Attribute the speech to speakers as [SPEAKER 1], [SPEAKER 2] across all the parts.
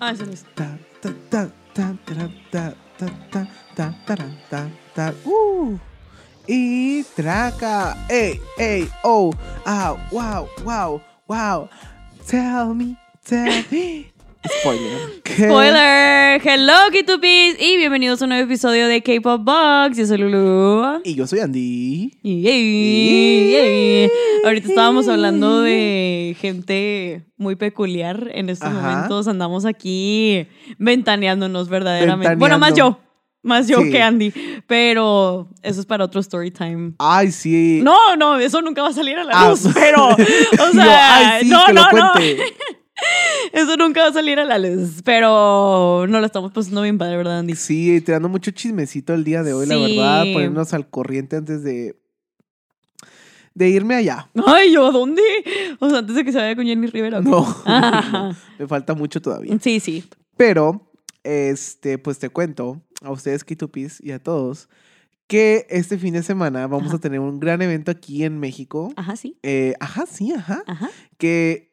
[SPEAKER 1] Ah, ese no es.
[SPEAKER 2] Ta, ta, ta, ta, tara, ta, ta, ta, ta, tara, ta, ta. Uh. Y traca. Ey, ey, oh. Ah, wow, wow, wow. Tell me, tell me. Spoiler. ¿Qué?
[SPEAKER 1] Spoiler. Hello, Kitupis. Y bienvenidos a un nuevo episodio de K-Pop Box. Yo soy Lulu.
[SPEAKER 2] Y yo soy Andy.
[SPEAKER 1] Yay, yay. Ahorita estábamos hablando de gente muy peculiar. En estos
[SPEAKER 2] Ajá.
[SPEAKER 1] momentos andamos aquí ventaneándonos verdaderamente.
[SPEAKER 2] Ventaneando.
[SPEAKER 1] Bueno, más yo. Más yo
[SPEAKER 2] Sí.
[SPEAKER 1] que Andy. Pero eso es para otro story time.
[SPEAKER 2] Ay, sí.
[SPEAKER 1] No, no, eso nunca va a salir a la
[SPEAKER 2] Ah.
[SPEAKER 1] luz, pero, o
[SPEAKER 2] Yo,
[SPEAKER 1] sea,
[SPEAKER 2] ay, sí,
[SPEAKER 1] no,
[SPEAKER 2] que lo
[SPEAKER 1] no, no,
[SPEAKER 2] cuente.
[SPEAKER 1] eso nunca va a salir a la luz, pero no lo estamos pasando bien padre, ¿verdad, Andy?
[SPEAKER 2] Sí, tirando mucho chismecito el día de hoy, la
[SPEAKER 1] Sí.
[SPEAKER 2] verdad. Ponernos al corriente antes de. de irme allá.
[SPEAKER 1] Ay, ¿yo a dónde? O sea, antes de que se vaya con Jenny Rivera. ¿o qué?
[SPEAKER 2] No.
[SPEAKER 1] Ah.
[SPEAKER 2] Me falta mucho todavía.
[SPEAKER 1] Sí, sí.
[SPEAKER 2] Pero, este, pues te cuento a ustedes, Kitupis, y a todos, que este fin de semana vamos
[SPEAKER 1] Ajá. Ah.
[SPEAKER 2] a tener un gran evento aquí en México.
[SPEAKER 1] Ajá, sí.
[SPEAKER 2] Eh, ajá, sí, ajá.
[SPEAKER 1] Ajá.
[SPEAKER 2] Que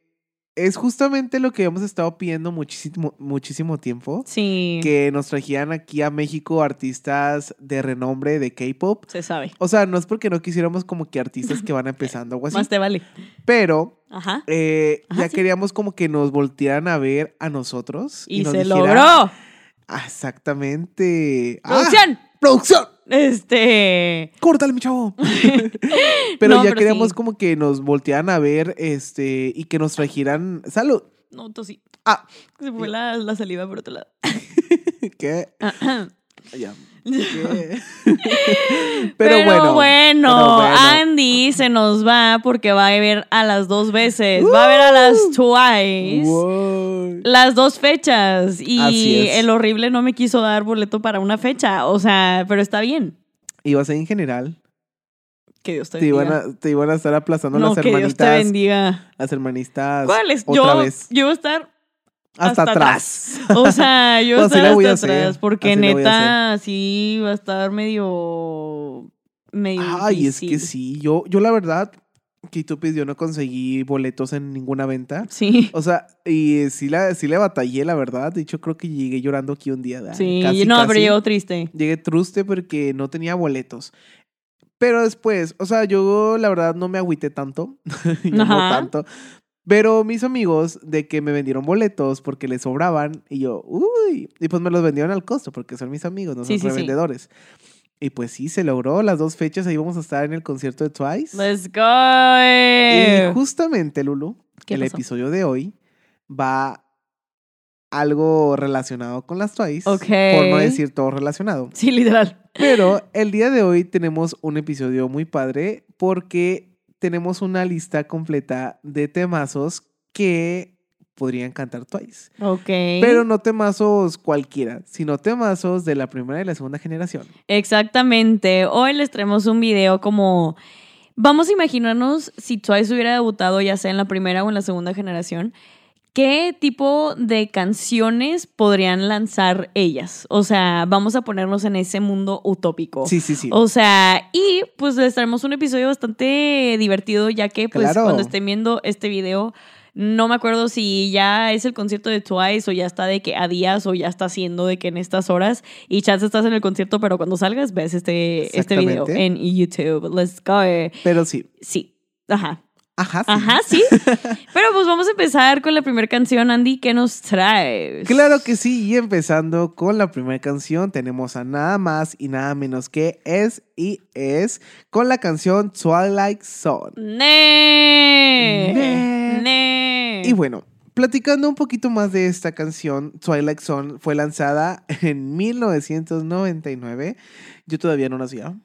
[SPEAKER 2] es justamente lo que hemos estado pidiendo muchísimo, muchísimo tiempo.
[SPEAKER 1] Sí.
[SPEAKER 2] Que nos trajeran aquí a México artistas de renombre de K-pop.
[SPEAKER 1] Se sabe.
[SPEAKER 2] O sea, no es porque no quisiéramos como que artistas que van empezando o así.
[SPEAKER 1] Eh, Más te vale.
[SPEAKER 2] Pero
[SPEAKER 1] Ajá.
[SPEAKER 2] eh,
[SPEAKER 1] Ajá,
[SPEAKER 2] ya
[SPEAKER 1] sí.
[SPEAKER 2] queríamos como que nos voltearan a ver a nosotros.
[SPEAKER 1] Y,
[SPEAKER 2] nos
[SPEAKER 1] se
[SPEAKER 2] dijeran,
[SPEAKER 1] logró.
[SPEAKER 2] Ah, Exactamente. ¡Ah!
[SPEAKER 1] Producción.
[SPEAKER 2] ¡Producción!
[SPEAKER 1] Este.
[SPEAKER 2] ¡Córtale, mi chavo! pero
[SPEAKER 1] No,
[SPEAKER 2] ya
[SPEAKER 1] pero
[SPEAKER 2] queríamos
[SPEAKER 1] sí.
[SPEAKER 2] como que nos voltearan a ver este y que nos trajeran. ¡Salud!
[SPEAKER 1] No, tosí.
[SPEAKER 2] Ah.
[SPEAKER 1] Se fue la, la saliva por otro lado.
[SPEAKER 2] ¿Qué? Ah. Ya. ¿Qué? pero,
[SPEAKER 1] Pero, bueno,
[SPEAKER 2] pero bueno.
[SPEAKER 1] Andy se nos va porque va a ver a las dos veces. Va a ver a las
[SPEAKER 2] Uh.
[SPEAKER 1] twice.
[SPEAKER 2] Wow.
[SPEAKER 1] Las dos fechas. Y
[SPEAKER 2] Así es.
[SPEAKER 1] el horrible no me quiso dar boleto para una fecha. O sea, pero está bien.
[SPEAKER 2] Iba a ser en general.
[SPEAKER 1] Que Dios te
[SPEAKER 2] Te iban,
[SPEAKER 1] bendiga.
[SPEAKER 2] a, te iban a estar aplazando
[SPEAKER 1] no,
[SPEAKER 2] las
[SPEAKER 1] que Dios te
[SPEAKER 2] hermanitas.
[SPEAKER 1] bendiga.
[SPEAKER 2] Las hermanitas.
[SPEAKER 1] ¿Cuál es?
[SPEAKER 2] Otra
[SPEAKER 1] Yo,
[SPEAKER 2] vez.
[SPEAKER 1] yo voy a estar
[SPEAKER 2] Hasta,
[SPEAKER 1] hasta
[SPEAKER 2] atrás.
[SPEAKER 1] O sea, yo
[SPEAKER 2] No, sí
[SPEAKER 1] estar
[SPEAKER 2] la
[SPEAKER 1] hasta
[SPEAKER 2] voy a
[SPEAKER 1] atrás,
[SPEAKER 2] hacer,
[SPEAKER 1] porque
[SPEAKER 2] así la voy a
[SPEAKER 1] neta sí va a estar medio medio
[SPEAKER 2] Ay, es que
[SPEAKER 1] difícil.
[SPEAKER 2] sí. Yo, yo la verdad, Kitupis, yo no conseguí boletos en ninguna venta.
[SPEAKER 1] Sí.
[SPEAKER 2] O sea, y sí, la, sí le batallé, la verdad. De hecho, creo que llegué llorando aquí un día. ¿verdad?
[SPEAKER 1] Sí,
[SPEAKER 2] Casi,
[SPEAKER 1] no,
[SPEAKER 2] casi.
[SPEAKER 1] pero llegó triste.
[SPEAKER 2] Llegué truste porque no tenía boletos. Pero después, o sea, yo la verdad no me agüité tanto. yo no
[SPEAKER 1] Ajá.
[SPEAKER 2] tanto. Pero mis amigos de que me vendieron boletos porque les sobraban y yo, uy, y pues me los vendieron al costo porque son mis amigos, no son
[SPEAKER 1] Sí, sí, sí.
[SPEAKER 2] revendedores. Y pues sí, se logró las dos fechas, ahí vamos a estar en el concierto de Twice.
[SPEAKER 1] Let's go. eh.
[SPEAKER 2] y justamente, Lulu,
[SPEAKER 1] ¿Qué
[SPEAKER 2] el
[SPEAKER 1] pasó?
[SPEAKER 2] episodio de hoy va algo relacionado con las Twice,
[SPEAKER 1] Ok.
[SPEAKER 2] por no decir todo relacionado.
[SPEAKER 1] Sí, literal.
[SPEAKER 2] Pero el día de hoy tenemos un episodio muy padre porque tenemos una lista completa de temazos que podrían cantar Twice.
[SPEAKER 1] Ok.
[SPEAKER 2] Pero no temazos cualquiera, sino temazos de la primera y la segunda generación.
[SPEAKER 1] Exactamente. Hoy les traemos un video como. Vamos a imaginarnos si Twice hubiera debutado, ya sea en la primera o en la segunda generación, ¿qué tipo de canciones podrían lanzar ellas? O sea, vamos a ponernos en ese mundo utópico.
[SPEAKER 2] Sí, sí, sí.
[SPEAKER 1] O sea, y pues les traemos un episodio bastante divertido, ya que pues
[SPEAKER 2] Claro.
[SPEAKER 1] cuando estén viendo este video, no me acuerdo si ya es el concierto de Twice o ya está de que a días o ya está haciendo de que en estas horas y chance estás en el concierto, pero cuando salgas ves este, este video
[SPEAKER 2] Exactamente.
[SPEAKER 1] en YouTube. Let's go.
[SPEAKER 2] Pero sí.
[SPEAKER 1] Sí. Ajá.
[SPEAKER 2] Ajá. sí.
[SPEAKER 1] Ajá, sí. pero pues vamos a empezar con la primera canción, Andy, ¿qué nos traes?
[SPEAKER 2] Claro que sí, y empezando con la primera canción, tenemos a nada más y nada menos que es y es con la canción Twilight Zone.
[SPEAKER 1] Ne.
[SPEAKER 2] Ne.
[SPEAKER 1] Ne.
[SPEAKER 2] Y bueno, platicando un poquito más de esta canción, Twilight Zone fue lanzada en 1999. Yo todavía no nacía.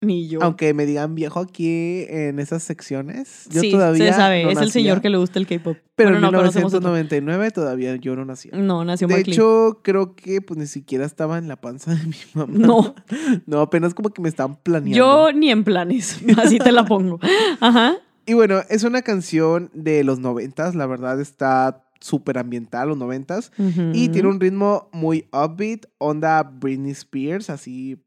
[SPEAKER 1] Ni yo.
[SPEAKER 2] Aunque me digan viejo aquí en esas secciones, yo
[SPEAKER 1] sí, se
[SPEAKER 2] todavía
[SPEAKER 1] sabe,
[SPEAKER 2] no
[SPEAKER 1] es el
[SPEAKER 2] nacía.
[SPEAKER 1] señor que le gusta el K-pop.
[SPEAKER 2] Pero
[SPEAKER 1] Bueno,
[SPEAKER 2] en
[SPEAKER 1] no conocemos otro. Mm,
[SPEAKER 2] 1999 todavía yo no nacía.
[SPEAKER 1] No, nació
[SPEAKER 2] De
[SPEAKER 1] Mark Lee.
[SPEAKER 2] hecho, creo que pues ni siquiera estaba en la panza de mi mamá.
[SPEAKER 1] No.
[SPEAKER 2] No, apenas como que me estaban planeando.
[SPEAKER 1] yo ni en planes, así te la pongo. Ajá.
[SPEAKER 2] Y bueno, es una canción de los noventas, la verdad está súper ambiental, los noventas. Y tiene un ritmo muy upbeat, onda Britney Spears, así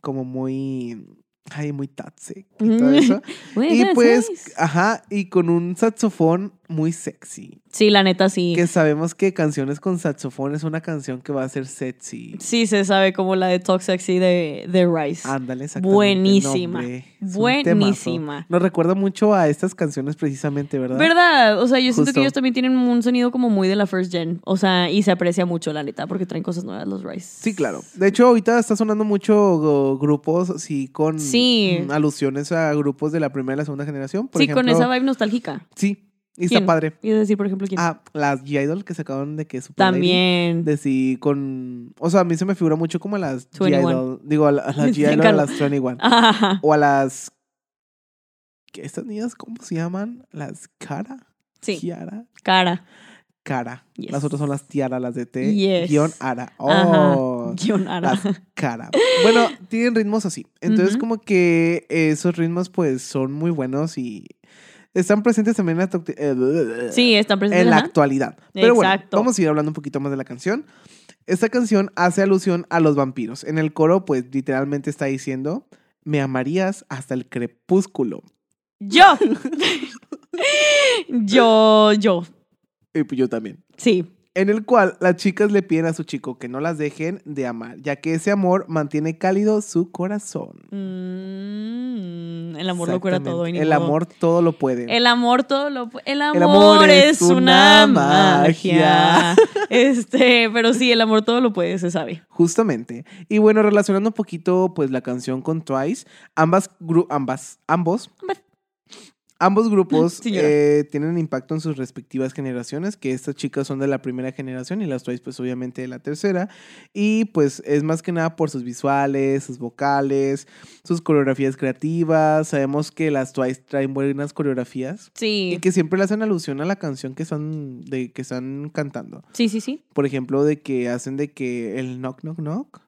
[SPEAKER 2] como muy. Ay, muy tatsy y todo eso.
[SPEAKER 1] Bueno,
[SPEAKER 2] y pues,
[SPEAKER 1] Mm. nice.
[SPEAKER 2] ajá, y con un saxofón muy sexy.
[SPEAKER 1] Sí, la neta sí.
[SPEAKER 2] Que sabemos que canciones con saxofón es una canción que va a ser sexy.
[SPEAKER 1] Sí, se sabe como la de Talk Sexy de, de Rice.
[SPEAKER 2] Ándale, exactamente.
[SPEAKER 1] Buenísima.
[SPEAKER 2] No, hombre, Ah, es un
[SPEAKER 1] Buenísima.
[SPEAKER 2] temazo. Nos recuerda mucho a estas canciones precisamente, ¿verdad?
[SPEAKER 1] ¿Verdad? O sea, yo siento
[SPEAKER 2] Justo.
[SPEAKER 1] que ellos también tienen un sonido como muy de la first gen. O sea, y se aprecia mucho, la neta, porque traen cosas nuevas los Rice.
[SPEAKER 2] Sí, claro. De hecho, ahorita está sonando mucho o, grupos, sí, con
[SPEAKER 1] Sí.
[SPEAKER 2] mm, alusiones a grupos de la primera y la segunda generación. Por
[SPEAKER 1] sí, con
[SPEAKER 2] ejemplo.
[SPEAKER 1] esa vibe nostálgica.
[SPEAKER 2] Sí, y está
[SPEAKER 1] ¿Quién?
[SPEAKER 2] padre.
[SPEAKER 1] Y es decir, por ejemplo, ¿quién?
[SPEAKER 2] Ah, las G-Idol que sacaron de que Super Lady,
[SPEAKER 1] también.
[SPEAKER 2] De sí, con. O sea, a mí se me figura mucho como a las
[SPEAKER 1] 21.
[SPEAKER 2] G-Idol. Digo, a, la- a las
[SPEAKER 1] Sí,
[SPEAKER 2] G-Idol, a
[SPEAKER 1] claro. Ah.
[SPEAKER 2] las 21.
[SPEAKER 1] Ajá.
[SPEAKER 2] O a las. ¿Qué? ¿Estas niñas cómo se llaman? Las Cara.
[SPEAKER 1] Sí,
[SPEAKER 2] Kiara.
[SPEAKER 1] cara.
[SPEAKER 2] Cara.
[SPEAKER 1] Yes.
[SPEAKER 2] Las otras son las Tiara, las de T.
[SPEAKER 1] Yes.
[SPEAKER 2] Guión Ara.
[SPEAKER 1] Ajá.
[SPEAKER 2] Oh.
[SPEAKER 1] Guión Ara.
[SPEAKER 2] Las cara. Bueno, tienen ritmos así. Entonces,
[SPEAKER 1] Ujú.
[SPEAKER 2] como que esos ritmos, pues, son muy buenos y están presentes también en la, toc- eh,
[SPEAKER 1] Sí, están presentes.
[SPEAKER 2] en la
[SPEAKER 1] ajá.
[SPEAKER 2] actualidad. Pero bueno,
[SPEAKER 1] Exacto.
[SPEAKER 2] vamos a ir hablando un poquito más de la canción. Esta canción hace alusión a los vampiros. En el coro, pues, literalmente está diciendo, me amarías hasta el crepúsculo.
[SPEAKER 1] Yo. yo, yo.
[SPEAKER 2] Y pues yo también.
[SPEAKER 1] Sí.
[SPEAKER 2] en el cual las chicas le piden a su chico que no las dejen de amar, ya que ese amor mantiene cálido su corazón.
[SPEAKER 1] Mm, el amor lo cura
[SPEAKER 2] Exactamente.
[SPEAKER 1] todo. y ni
[SPEAKER 2] El
[SPEAKER 1] modo.
[SPEAKER 2] amor todo lo puede.
[SPEAKER 1] El amor todo lo pu- el amor, es, una magia. Este, pero sí, el amor todo lo puede, se sabe.
[SPEAKER 2] Justamente. Y bueno, relacionando un poquito pues la canción con Twice, ambas gru- ambas ambos
[SPEAKER 1] Ambas.
[SPEAKER 2] ambos grupos
[SPEAKER 1] Señora.
[SPEAKER 2] eh, tienen impacto en sus respectivas generaciones, que estas chicas son de la primera generación y las Twice pues obviamente de la tercera. Y pues es más que nada por sus visuales, sus vocales, sus coreografías creativas. Sabemos que las Twice traen buenas coreografías. Y
[SPEAKER 1] Sí.
[SPEAKER 2] que siempre le hacen alusión a la canción que están, de, que están cantando.
[SPEAKER 1] Sí, sí, sí.
[SPEAKER 2] Por ejemplo, de que hacen de que el knock, knock, knock.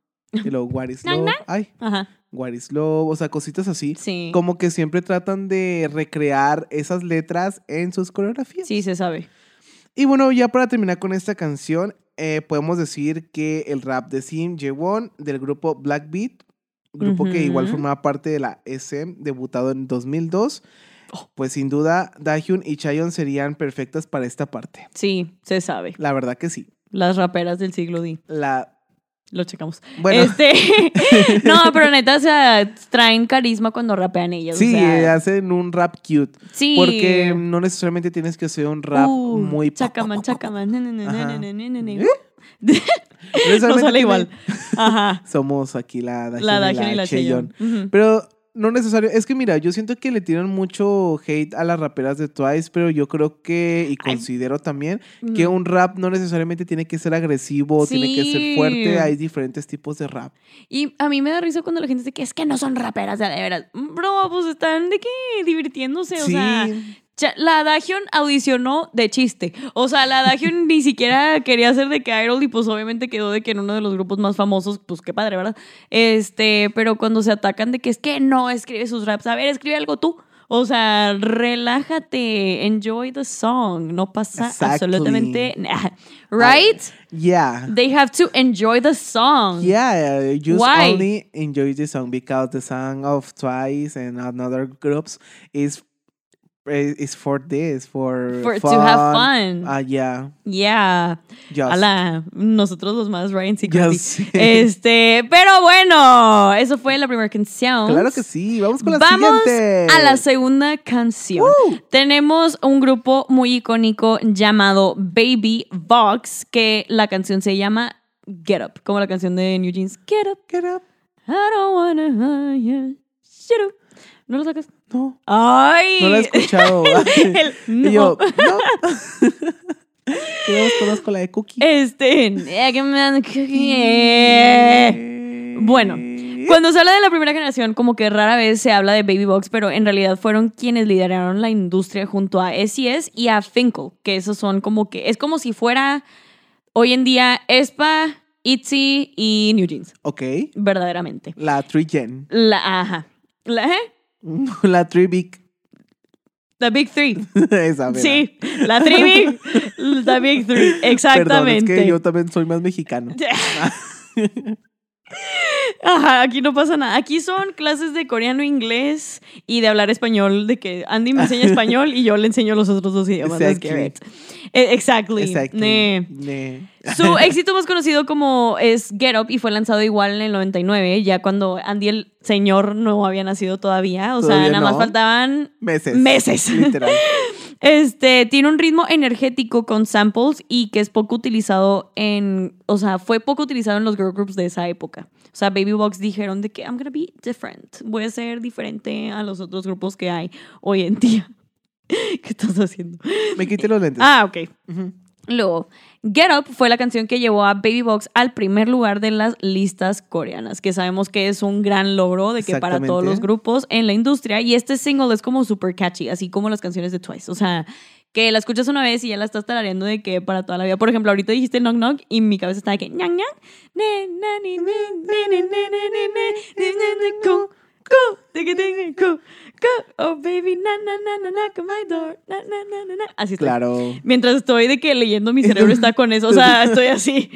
[SPEAKER 2] Y luego, what is
[SPEAKER 1] Knock,
[SPEAKER 2] love? Ay,
[SPEAKER 1] Ajá.
[SPEAKER 2] what is love? O sea, cositas así.
[SPEAKER 1] Sí.
[SPEAKER 2] Como que siempre tratan de recrear esas letras en sus coreografías.
[SPEAKER 1] Sí, se sabe.
[SPEAKER 2] Y bueno, ya para terminar con esta canción, eh, podemos decir que el rap de Sim Jaewon del grupo Blackbeat, grupo que igual
[SPEAKER 1] Ujú.
[SPEAKER 2] formaba parte de la SM, debutado en 2002,
[SPEAKER 1] Oh.
[SPEAKER 2] pues sin duda Dahyun y Chaeyeon serían perfectas para esta parte.
[SPEAKER 1] Sí, se sabe.
[SPEAKER 2] La verdad que sí.
[SPEAKER 1] Las raperas del siglo D.
[SPEAKER 2] La...
[SPEAKER 1] Lo checamos.
[SPEAKER 2] Bueno,
[SPEAKER 1] Este, no, pero neta, o sea, traen carisma cuando rapean ellas. o
[SPEAKER 2] sí,
[SPEAKER 1] sea,
[SPEAKER 2] eh, hacen un rap cute.
[SPEAKER 1] sí.
[SPEAKER 2] Porque no necesariamente tienes que hacer un rap
[SPEAKER 1] Uh,
[SPEAKER 2] muy...
[SPEAKER 1] Chacaman, chacaman. na, na, na,
[SPEAKER 2] Ajá.
[SPEAKER 1] na, na, na, na, na.
[SPEAKER 2] ¿Eh? No
[SPEAKER 1] No
[SPEAKER 2] necesariamente
[SPEAKER 1] sale
[SPEAKER 2] tiene-
[SPEAKER 1] igual. Ajá.
[SPEAKER 2] Somos aquí la Dahyun
[SPEAKER 1] La
[SPEAKER 2] y
[SPEAKER 1] Dajion
[SPEAKER 2] la,
[SPEAKER 1] y la
[SPEAKER 2] Chaeyeon.
[SPEAKER 1] Cheyenne. Ujú.
[SPEAKER 2] Pero no necesario. Es que mira, yo siento que le tiran mucho hate a las raperas de Twice, pero yo creo que, y
[SPEAKER 1] Ay.
[SPEAKER 2] considero también, que un rap no necesariamente tiene que ser agresivo, tiene que ser
[SPEAKER 1] Sí.
[SPEAKER 2] fuerte. Hay diferentes tipos de rap.
[SPEAKER 1] Y a mí me da risa cuando la gente dice que es que no son raperas, de de veras. Bro, pues están de que divirtiéndose, o
[SPEAKER 2] sí,
[SPEAKER 1] sea. cha- La Dagion audicionó de chiste. O sea, la Dagion ni siquiera quería ser de que Idol y pues obviamente quedó de que en uno de los grupos más famosos, pues qué padre, ¿verdad? Este, pero cuando se atacan de que es que no escribe sus raps, a ver, escribe algo tú. O sea, relájate, enjoy the song, no pasa
[SPEAKER 2] Exactly.
[SPEAKER 1] absolutamente nada. Right?
[SPEAKER 2] yeah.
[SPEAKER 1] They have to enjoy the song.
[SPEAKER 2] Yeah, you
[SPEAKER 1] Why?
[SPEAKER 2] only enjoy the song because the song of Twice and another groups is eh, is for this, for,
[SPEAKER 1] For- to have fun.
[SPEAKER 2] Ah, yeah.
[SPEAKER 1] Yeah.
[SPEAKER 2] Just.
[SPEAKER 1] Ala, nosotros los más Ryan
[SPEAKER 2] Ya
[SPEAKER 1] Seacrest.
[SPEAKER 2] sé.
[SPEAKER 1] Este, pero bueno, eso fue la primera canción.
[SPEAKER 2] Claro que sí. Vamos con la
[SPEAKER 1] Vamos
[SPEAKER 2] siguiente. Uh.
[SPEAKER 1] a la segunda canción.
[SPEAKER 2] Woo.
[SPEAKER 1] Tenemos un grupo muy icónico llamado Baby Vox, que la canción se llama Get Up, como la canción de New Jeans. Get Up,
[SPEAKER 2] Get up.
[SPEAKER 1] I don't wanna hurt you. Shut up. ¿No lo sacas?
[SPEAKER 2] No,
[SPEAKER 1] ¡Ay!
[SPEAKER 2] no la he escuchado.
[SPEAKER 1] El-
[SPEAKER 2] Y
[SPEAKER 1] no.
[SPEAKER 2] yo, no. yo los conozco la de Cookie.
[SPEAKER 1] Este. Eggman Cookie. Eh, bueno, Cuando se habla de la primera generación, como que rara vez se habla de Baby Box, pero en realidad fueron quienes lideraron la industria junto a SES y a Finkel, que esos son como que es como si fuera hoy en día Espa, ITZY y New Jeans,
[SPEAKER 2] Ok,
[SPEAKER 1] verdaderamente.
[SPEAKER 2] la 3 Gen.
[SPEAKER 1] La, ajá. La, ¿eh?
[SPEAKER 2] La 3 Big.
[SPEAKER 1] The Big Three.
[SPEAKER 2] Esa, ¿verdad?
[SPEAKER 1] Sí, la Trivi, The Big Three,
[SPEAKER 2] Perdón,
[SPEAKER 1] exactamente.
[SPEAKER 2] es que yo también soy más mexicano.
[SPEAKER 1] Ajá, aquí no pasa nada. Aquí son clases de coreano, inglés y de hablar español, de que Andy me enseña español y yo le enseño los otros dos idiomas. Let's get
[SPEAKER 2] Exactly.
[SPEAKER 1] it. Eh, Exactly.
[SPEAKER 2] Exacto.
[SPEAKER 1] Ne.
[SPEAKER 2] Ne.
[SPEAKER 1] Su éxito más conocido como es Get Up y fue lanzado igual en el 99, ya cuando Andy el señor no había nacido todavía, o
[SPEAKER 2] Todavía
[SPEAKER 1] sea, nada más
[SPEAKER 2] no.
[SPEAKER 1] faltaban
[SPEAKER 2] Meses.
[SPEAKER 1] Meses.
[SPEAKER 2] Literal.
[SPEAKER 1] Este, tiene un ritmo energético con samples y que es poco utilizado en, o sea, fue poco utilizado en los girl groups de esa época. O sea, Baby Box dijeron de que I'm gonna be different. Voy a ser diferente a los otros grupos que hay hoy en día. ¿Qué estás haciendo?
[SPEAKER 2] Me quité los lentes.
[SPEAKER 1] Ah, ok.
[SPEAKER 2] Ujú.
[SPEAKER 1] Luego, Get Up fue la canción que llevó a Baby Box al primer lugar de las listas coreanas, que sabemos que es un gran logro de que para
[SPEAKER 2] Exactamente.
[SPEAKER 1] todos los grupos en la industria. Y este single es como super catchy, así como las canciones de Twice. O sea, que la escuchas una vez y ya la estás tarareando de que para toda la vida. Por ejemplo, ahorita dijiste Knock Knock y mi cabeza está de que ñan ñan. ne, na, ni, ni, ne, ne, ne, ne, ne, ne, ne, ne, cu, cu, tiki, tiki, cu, cu. Oh, baby, na, na, na, na, knock on my door. Na, na, na, na, na. Así está.
[SPEAKER 2] Claro.
[SPEAKER 1] Mientras estoy de que leyendo, mi cerebro está con eso. O sea, estoy así.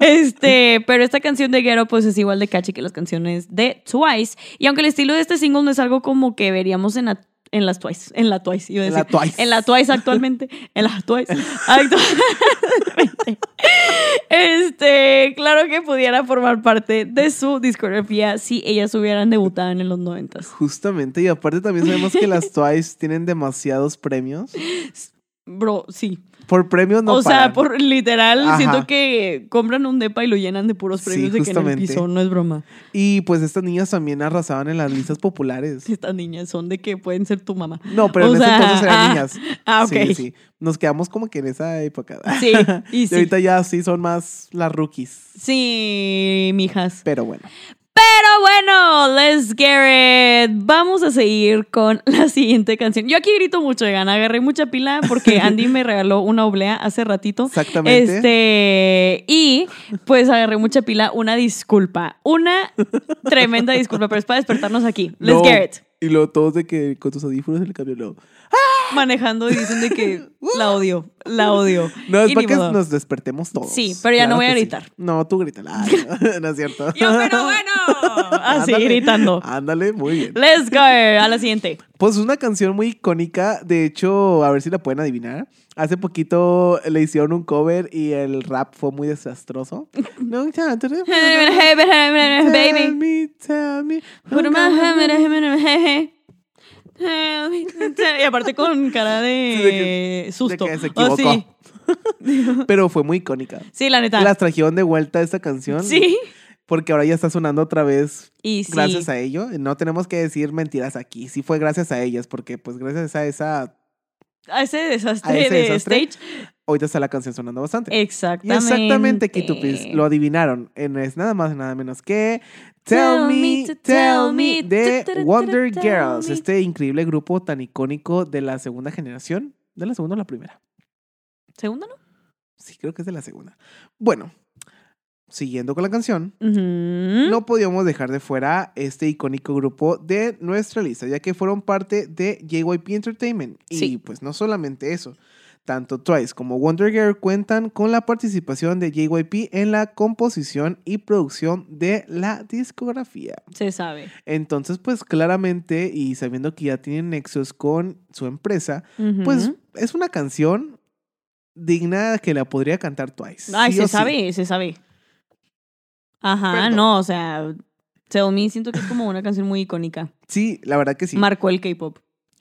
[SPEAKER 1] Este, pero esta canción de Gero, pues es igual de catchy que las canciones de Twice. Y aunque el estilo de este single no es algo como que veríamos en, la- en las Twice. En la Twice, iba a
[SPEAKER 2] En la
[SPEAKER 1] decir.
[SPEAKER 2] Twice.
[SPEAKER 1] En la Twice actualmente. En la Twice. Actualmente. Este, claro que pudiera formar parte de su discografía si ellas hubieran debutado en los noventas.
[SPEAKER 2] Justamente, y aparte también sabemos que las Twice tienen demasiados premios.
[SPEAKER 1] Bro, sí.
[SPEAKER 2] Por premios no
[SPEAKER 1] o sea,
[SPEAKER 2] paran.
[SPEAKER 1] por literal,
[SPEAKER 2] Ajá.
[SPEAKER 1] siento que compran un depa y lo llenan de puros
[SPEAKER 2] Sí,
[SPEAKER 1] premios de que en el
[SPEAKER 2] justamente.
[SPEAKER 1] piso no es broma.
[SPEAKER 2] Y pues estas niñas también arrasaban en las listas populares.
[SPEAKER 1] Estas niñas son de que pueden ser tu mamá.
[SPEAKER 2] No, pero
[SPEAKER 1] O
[SPEAKER 2] en
[SPEAKER 1] sea,
[SPEAKER 2] ese entonces eran
[SPEAKER 1] ah,
[SPEAKER 2] niñas.
[SPEAKER 1] ah, ok.
[SPEAKER 2] Sí, sí. Nos quedamos como que en esa época.
[SPEAKER 1] Sí, y
[SPEAKER 2] Y
[SPEAKER 1] sí.
[SPEAKER 2] ahorita ya sí son más las rookies.
[SPEAKER 1] Sí, mijas.
[SPEAKER 2] Pero bueno.
[SPEAKER 1] Pero bueno, let's get it. Vamos a seguir con la siguiente canción. Yo aquí grito mucho, Egan. Agarré mucha pila porque Andy me regaló una oblea hace ratito.
[SPEAKER 2] Exactamente.
[SPEAKER 1] Este, y pues agarré mucha pila. Una disculpa. Una tremenda disculpa, pero es para despertarnos aquí. Let's
[SPEAKER 2] No.
[SPEAKER 1] get it.
[SPEAKER 2] Y luego todos de que con tus audífonos en el cambio luego.
[SPEAKER 1] manejando y dicen de que la odio, la odio.
[SPEAKER 2] No, es
[SPEAKER 1] Y
[SPEAKER 2] para
[SPEAKER 1] ni
[SPEAKER 2] que
[SPEAKER 1] modo.
[SPEAKER 2] nos despertemos todos.
[SPEAKER 1] Sí, pero ya no voy a
[SPEAKER 2] que sí.
[SPEAKER 1] gritar.
[SPEAKER 2] No, tú grítala. Ay, no es cierto.
[SPEAKER 1] Yo, pero bueno. Así
[SPEAKER 2] Ándale,
[SPEAKER 1] gritando.
[SPEAKER 2] Ándale, muy bien.
[SPEAKER 1] Let's go a la siguiente.
[SPEAKER 2] Pues es una canción muy icónica. De hecho, a ver si la pueden adivinar. Hace poquito le hicieron un cover y el rap fue muy desastroso. No, ya, tú no- Tell
[SPEAKER 1] Baby.
[SPEAKER 2] me, tell me.
[SPEAKER 1] Y aparte con cara
[SPEAKER 2] Sí, de
[SPEAKER 1] de susto.
[SPEAKER 2] De que se
[SPEAKER 1] Oh, sí.
[SPEAKER 2] equivocó. Pero fue muy icónica.
[SPEAKER 1] Sí, la neta.
[SPEAKER 2] Las trajeron de vuelta esta canción.
[SPEAKER 1] Sí.
[SPEAKER 2] Porque ahora ya está sonando otra vez
[SPEAKER 1] Y sí.
[SPEAKER 2] gracias a ello. No tenemos que decir mentiras aquí. Sí fue gracias a ellas, porque pues gracias a esa...
[SPEAKER 1] a ese desastre
[SPEAKER 2] a ese
[SPEAKER 1] de
[SPEAKER 2] desastre.
[SPEAKER 1] stage.
[SPEAKER 2] Ahorita está la canción sonando bastante. Y
[SPEAKER 1] Exactamente.
[SPEAKER 2] exactamente, Kitupis, lo adivinaron. En- es nada más y nada menos que Tell
[SPEAKER 1] Tell me
[SPEAKER 2] Me,
[SPEAKER 1] to tell
[SPEAKER 2] Tell Me
[SPEAKER 1] me,
[SPEAKER 2] de
[SPEAKER 1] tu, tu, tu,
[SPEAKER 2] Wonder
[SPEAKER 1] tu,
[SPEAKER 2] Girls,
[SPEAKER 1] tell me.
[SPEAKER 2] este increíble grupo tan icónico de la segunda generación. ¿De la segunda o la primera?
[SPEAKER 1] ¿Segundo no?
[SPEAKER 2] Sí, creo que es de la segunda. Bueno, siguiendo con la canción,
[SPEAKER 1] Ujú.
[SPEAKER 2] no podíamos dejar de fuera este icónico grupo de nuestra lista, ya que fueron parte de JYP Entertainment.
[SPEAKER 1] Sí.
[SPEAKER 2] Y pues no solamente eso, tanto Twice como Wonder Girl cuentan con la participación de JYP en la composición y producción de la discografía.
[SPEAKER 1] Se sabe.
[SPEAKER 2] Entonces, pues claramente, y sabiendo que ya tienen nexos con su empresa,
[SPEAKER 1] Ujú.
[SPEAKER 2] pues es una canción digna que la podría cantar Twice.
[SPEAKER 1] Ay,
[SPEAKER 2] sí
[SPEAKER 1] se
[SPEAKER 2] o sí.
[SPEAKER 1] sabe, se sabe. Ajá,
[SPEAKER 2] Perdón.
[SPEAKER 1] no, o sea, Tell Me siento que es como una canción muy icónica.
[SPEAKER 2] Sí, la verdad que sí.
[SPEAKER 1] Marcó el K-pop.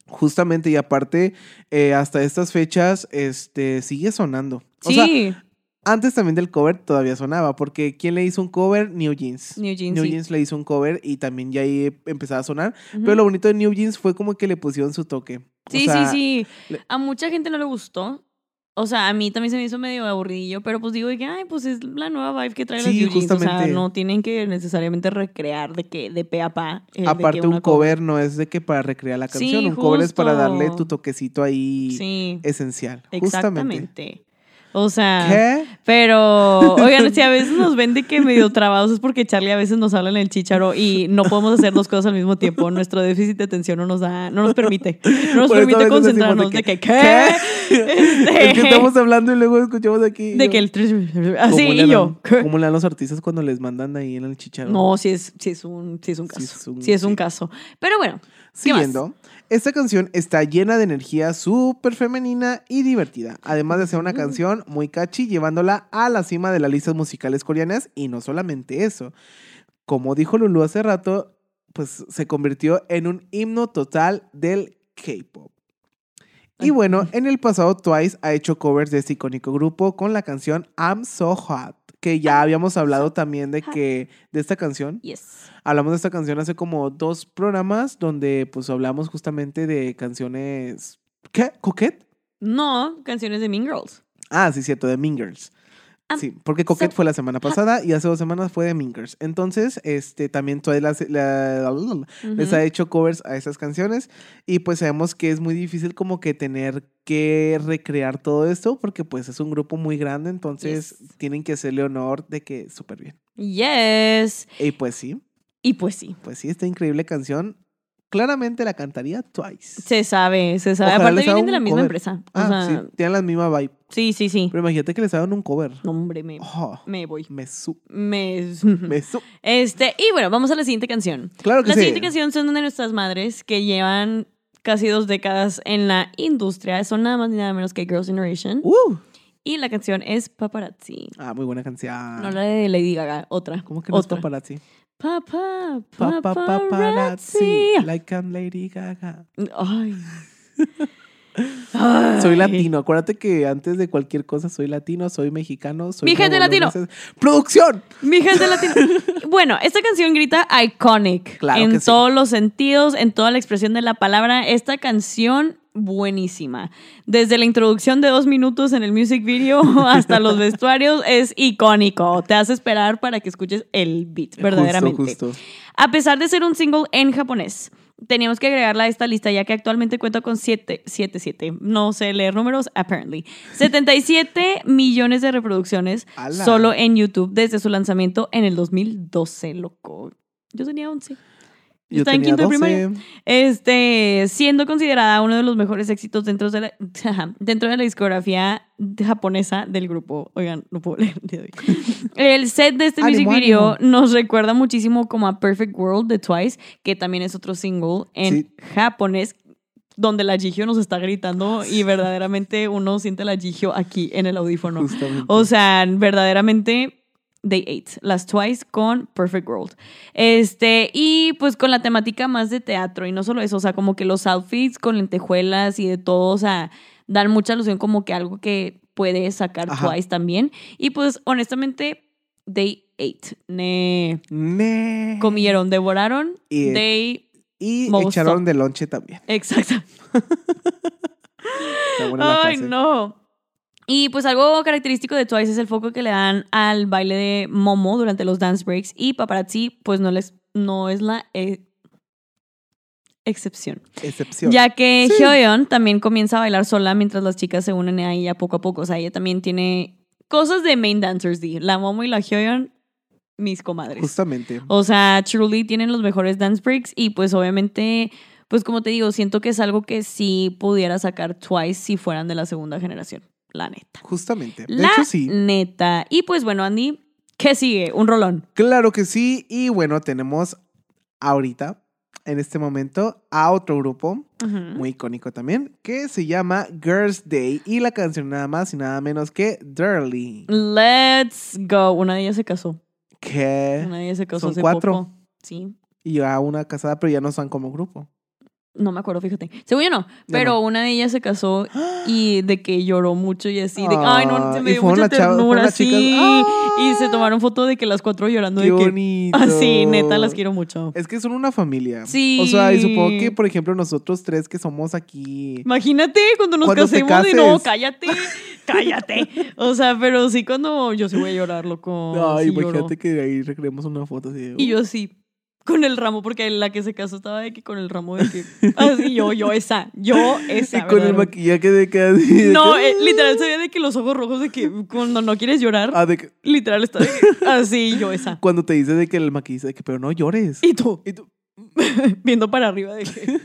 [SPEAKER 2] Justamente, y aparte, eh, hasta estas fechas, este, sigue sonando. O sea,
[SPEAKER 1] Sí,
[SPEAKER 2] antes también del cover todavía sonaba, porque ¿quién le hizo un cover? New Jeans.
[SPEAKER 1] New Jeans.
[SPEAKER 2] New
[SPEAKER 1] sí.
[SPEAKER 2] Jeans le hizo un cover y también ya ahí em, empezaba a sonar.
[SPEAKER 1] Ujú.
[SPEAKER 2] Pero lo bonito de New Jeans fue como que le pusieron su toque. O
[SPEAKER 1] sí,
[SPEAKER 2] sea,
[SPEAKER 1] sí, sí.
[SPEAKER 2] le-
[SPEAKER 1] A mucha gente no le gustó. O sea, a mí también se me hizo medio aburridillo, pero pues digo de que, ay, pues es la nueva vibe que trae
[SPEAKER 2] Sí,
[SPEAKER 1] las New Jeans. O sea,
[SPEAKER 2] justamente.
[SPEAKER 1] no tienen que necesariamente recrear de que de pe a pa. el de que
[SPEAKER 2] Aparte, un
[SPEAKER 1] una
[SPEAKER 2] cover, no es de que para recrear la
[SPEAKER 1] Sí,
[SPEAKER 2] canción, un cover es para darle
[SPEAKER 1] justo.
[SPEAKER 2] tu toquecito ahí
[SPEAKER 1] Sí,
[SPEAKER 2] esencial. Justamente.
[SPEAKER 1] exactamente. Ah. O sea,
[SPEAKER 2] ¿Qué?
[SPEAKER 1] Pero, oigan, si a veces nos ven de que medio trabados es porque Charlie a veces nos habla en el chícharo y no podemos hacer dos cosas al mismo tiempo. Nuestro déficit de atención no nos da, no nos permite. No nos
[SPEAKER 2] Por eso a
[SPEAKER 1] permite
[SPEAKER 2] veces
[SPEAKER 1] concentrarnos de que,
[SPEAKER 2] decimos
[SPEAKER 1] ¿qué? Este,
[SPEAKER 2] Es que estamos hablando y luego escuchamos aquí.
[SPEAKER 1] de
[SPEAKER 2] yo-
[SPEAKER 1] que el...
[SPEAKER 2] ¿Cómo
[SPEAKER 1] Así,
[SPEAKER 2] le
[SPEAKER 1] y
[SPEAKER 2] dan-
[SPEAKER 1] yo. ¿qué?
[SPEAKER 2] ¿Cómo le dan los artistas cuando les mandan ahí en el chicharro?
[SPEAKER 1] No, si es, sí es, un, sí es un
[SPEAKER 2] Sí
[SPEAKER 1] caso.
[SPEAKER 2] es un-
[SPEAKER 1] Sí es un
[SPEAKER 2] sí.
[SPEAKER 1] caso. Pero bueno,
[SPEAKER 2] Siguiendo. Esta canción está llena de energía súper femenina y divertida, además de ser una canción muy catchy, llevándola a la cima de las listas musicales coreanas. Y no solamente eso, como dijo Lulu hace rato, pues se convirtió en un himno total del K-pop. Y bueno, en el pasado Twice ha hecho covers de este icónico grupo con la canción I'm So Hot, que ya habíamos hablado también de que de esta canción.
[SPEAKER 1] Yes.
[SPEAKER 2] Hablamos de esta canción hace como dos programas donde pues hablamos justamente de canciones ¿Qué? ¿Coquette?
[SPEAKER 1] No, canciones de Mean Girls.
[SPEAKER 2] Ah, sí, cierto, de Mingers.
[SPEAKER 1] Am-
[SPEAKER 2] Sí, porque Coquette
[SPEAKER 1] Ah, so-
[SPEAKER 2] fue la semana pasada y hace dos semanas fue de Mingers. Entonces, este también Twice las- la- les
[SPEAKER 1] Ujú.
[SPEAKER 2] ha hecho covers a esas canciones y pues sabemos que es muy difícil como que tener que recrear todo esto porque pues es un grupo muy grande, entonces
[SPEAKER 1] Yes.
[SPEAKER 2] tienen que hacerle honor de que súper bien.
[SPEAKER 1] Yes.
[SPEAKER 2] Y pues sí,
[SPEAKER 1] Y pues sí.
[SPEAKER 2] pues sí, esta increíble canción claramente la cantaría Twice.
[SPEAKER 1] Se sabe, se sabe.
[SPEAKER 2] Ojalá
[SPEAKER 1] Aparte
[SPEAKER 2] les haga
[SPEAKER 1] vienen de la
[SPEAKER 2] un
[SPEAKER 1] misma
[SPEAKER 2] cover.
[SPEAKER 1] empresa. O
[SPEAKER 2] Ah,
[SPEAKER 1] sea,
[SPEAKER 2] sí, tienen la misma vibe.
[SPEAKER 1] sí, sí, sí.
[SPEAKER 2] Pero imagínate que les hagan un cover.
[SPEAKER 1] No, hombre, me,
[SPEAKER 2] Oh,
[SPEAKER 1] me voy.
[SPEAKER 2] me su,
[SPEAKER 1] Me...
[SPEAKER 2] me su.
[SPEAKER 1] Este, y bueno, vamos a la siguiente canción.
[SPEAKER 2] Claro que
[SPEAKER 1] La
[SPEAKER 2] sí.
[SPEAKER 1] siguiente canción son de nuestras madres que llevan casi dos décadas en la industria. Son nada más ni nada menos que Girls' Generation.
[SPEAKER 2] Uh,
[SPEAKER 1] Y la canción es Paparazzi.
[SPEAKER 2] ah, muy buena canción.
[SPEAKER 1] No la de Lady Gaga, otra.
[SPEAKER 2] ¿Cómo que no es
[SPEAKER 1] otra.
[SPEAKER 2] paparazzi?
[SPEAKER 1] Papá,
[SPEAKER 2] Pa- pa-
[SPEAKER 1] paparazzi.
[SPEAKER 2] paparazzi, like I'm Lady Gaga.
[SPEAKER 1] Ay. Ay.
[SPEAKER 2] Soy latino. Acuérdate que antes de cualquier cosa soy latino, soy mexicano, soy.
[SPEAKER 1] Mi gente latino.
[SPEAKER 2] nuevozelandés. ¡Producción!
[SPEAKER 1] Mi gente latina. Bueno, esta canción grita iconic.
[SPEAKER 2] Claro
[SPEAKER 1] en
[SPEAKER 2] que sí.
[SPEAKER 1] todos los sentidos, en toda la expresión de la palabra. Esta canción, buenísima. Desde la introducción de dos minutos en el music video hasta los vestuarios, es icónico. Te hace esperar para que escuches el beat, verdaderamente.
[SPEAKER 2] Justo, justo.
[SPEAKER 1] A pesar de ser un single en japonés, teníamos que agregarla a esta lista ya que actualmente cuenta con 7, 7, 7, no sé leer números, apparently. 77 millones de reproducciones
[SPEAKER 2] Ala.
[SPEAKER 1] solo en YouTube desde su lanzamiento en el 2012, loco. Yo tenía 11. Yo estaba en
[SPEAKER 2] tenía
[SPEAKER 1] quinto de
[SPEAKER 2] 12.
[SPEAKER 1] primaria. Este, siendo considerada uno de los mejores éxitos dentro de la, ajá, dentro de la discografía japonesa del grupo. Oigan, no puedo leer el día de hoy. El set de este
[SPEAKER 2] Ánimo,
[SPEAKER 1] music video
[SPEAKER 2] ánimo.
[SPEAKER 1] nos recuerda muchísimo como a Perfect World de Twice, que también es otro single en
[SPEAKER 2] Sí.
[SPEAKER 1] japonés, donde la Jihyo nos está gritando y verdaderamente uno siente la Jihyo aquí en el audífono.
[SPEAKER 2] Justamente.
[SPEAKER 1] O sea, verdaderamente, they ate las Twice con Perfect World. Este, y pues con la temática más de teatro, y no solo eso, o sea, como que los outfits con lentejuelas y de todo, o sea, dan mucha alusión como que algo que puede sacar
[SPEAKER 2] Ajá.
[SPEAKER 1] Twice también. Y pues, honestamente, they ate. Ne.
[SPEAKER 2] Ne.
[SPEAKER 1] Comieron, devoraron.
[SPEAKER 2] Y- eh,
[SPEAKER 1] They.
[SPEAKER 2] Y
[SPEAKER 1] Mozo.
[SPEAKER 2] echaron de lonche también.
[SPEAKER 1] Exacto.
[SPEAKER 2] Está buena la
[SPEAKER 1] Ay,
[SPEAKER 2] frase.
[SPEAKER 1] no. Y pues algo característico de Twice es el foco que le dan al baile de Momo durante los dance breaks y paparazzi pues no les no es la eh, excepción.
[SPEAKER 2] Excepción.
[SPEAKER 1] Ya que
[SPEAKER 2] Sí.
[SPEAKER 1] Hyoyeon también comienza a bailar sola mientras las chicas se unen a ella poco a poco, o sea, ella también tiene cosas de main dancers D, la Momo y la Hyoyeon mis comadres.
[SPEAKER 2] Justamente.
[SPEAKER 1] O sea, truly tienen los mejores dance breaks y pues obviamente, pues como te digo, siento que es algo que sí pudiera sacar Twice si fueran de la segunda generación, la neta.
[SPEAKER 2] Justamente. De
[SPEAKER 1] La
[SPEAKER 2] hecho, sí.
[SPEAKER 1] neta. Y pues bueno, Andy, ¿qué sigue? Un rolón.
[SPEAKER 2] Claro que sí. Y bueno, tenemos ahorita, en este momento, a otro grupo muy icónico también, que se llama Girls Day. Y la canción nada más y nada menos que Dirty.
[SPEAKER 1] Let's go. Una de ellas se casó.
[SPEAKER 2] Que
[SPEAKER 1] Una de ellas se casó.
[SPEAKER 2] Eh, Son
[SPEAKER 1] hace
[SPEAKER 2] cuatro.
[SPEAKER 1] poco. Sí.
[SPEAKER 2] y a una casada, pero ya no son como grupo.
[SPEAKER 1] No me acuerdo, fíjate. Según yo no, pero
[SPEAKER 2] no.
[SPEAKER 1] una de ellas se casó y de que lloró mucho y así. De,
[SPEAKER 2] Ah,
[SPEAKER 1] ay, no, se me
[SPEAKER 2] y
[SPEAKER 1] dio
[SPEAKER 2] fueron
[SPEAKER 1] mucha
[SPEAKER 2] las chavas- fueron
[SPEAKER 1] ternura,
[SPEAKER 2] las chicas.
[SPEAKER 1] sí.
[SPEAKER 2] ¡Ah!
[SPEAKER 1] Y se tomaron foto de que las cuatro llorando
[SPEAKER 2] Qué
[SPEAKER 1] de que.
[SPEAKER 2] bonito.
[SPEAKER 1] Ah, sí, neta, las quiero mucho.
[SPEAKER 2] Es que son una familia.
[SPEAKER 1] Sí.
[SPEAKER 2] O sea, y supongo que, por ejemplo, nosotros tres que somos aquí.
[SPEAKER 1] Imagínate cuando nos
[SPEAKER 2] Cuando te
[SPEAKER 1] casemos y no,
[SPEAKER 2] cases.
[SPEAKER 1] cállate, cállate. O sea, pero sí cuando yo sí voy a llorar, loco.
[SPEAKER 2] Ay,
[SPEAKER 1] sí lloro.
[SPEAKER 2] imagínate que de ahí recreemos una foto así. de,
[SPEAKER 1] Y yo sí, con el ramo, porque la que se casó estaba de que con el ramo de que. Así, yo, yo esa, yo esa.
[SPEAKER 2] Y con el
[SPEAKER 1] ¿verdad?
[SPEAKER 2] maquillaje de que así. de
[SPEAKER 1] No,
[SPEAKER 2] que-
[SPEAKER 1] eh, literal se ve de que los ojos rojos de que cuando no quieres llorar,
[SPEAKER 2] Ah, de que-
[SPEAKER 1] literal está de que así, yo esa.
[SPEAKER 2] cuando te dice de que el maquillaje, de que, pero no llores.
[SPEAKER 1] Y tú,
[SPEAKER 2] Y tú-
[SPEAKER 1] viendo para arriba de que.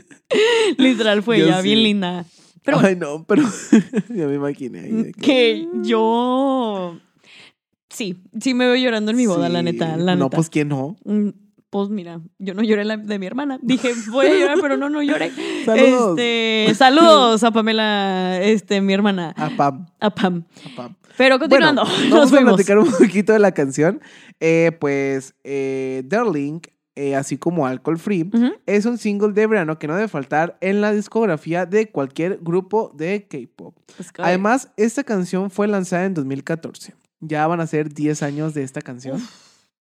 [SPEAKER 1] Literal fue
[SPEAKER 2] Yo
[SPEAKER 1] ella,
[SPEAKER 2] sí.
[SPEAKER 1] bien linda. Pero bueno.
[SPEAKER 2] Ay, no, pero ya me imaginé. ahí de "Mm".
[SPEAKER 1] que yo sí, sí me veo llorando en mi boda, la
[SPEAKER 2] Sí.
[SPEAKER 1] neta, la
[SPEAKER 2] No,
[SPEAKER 1] neta.
[SPEAKER 2] pues quién no.
[SPEAKER 1] Mm, pues mira, yo no lloré la de mi hermana. Dije, voy a llorar, pero no, no lloré.
[SPEAKER 2] Saludos.
[SPEAKER 1] Este, saludos a Pamela, este, mi hermana,
[SPEAKER 2] A Pam.
[SPEAKER 1] a Pam.
[SPEAKER 2] a Pam.
[SPEAKER 1] Pero continuando,
[SPEAKER 2] Bueno,
[SPEAKER 1] nos
[SPEAKER 2] vamos a
[SPEAKER 1] fuimos.
[SPEAKER 2] platicar un poquito de la canción. Eh, pues eh, Darling, eh, así como Alcohol Free,
[SPEAKER 1] Ujú.
[SPEAKER 2] es un single de verano que no debe faltar en la discografía de cualquier grupo de K-pop.
[SPEAKER 1] Es que-
[SPEAKER 2] Además, esta canción fue lanzada en 2014. Ya van a ser 10 años de esta canción.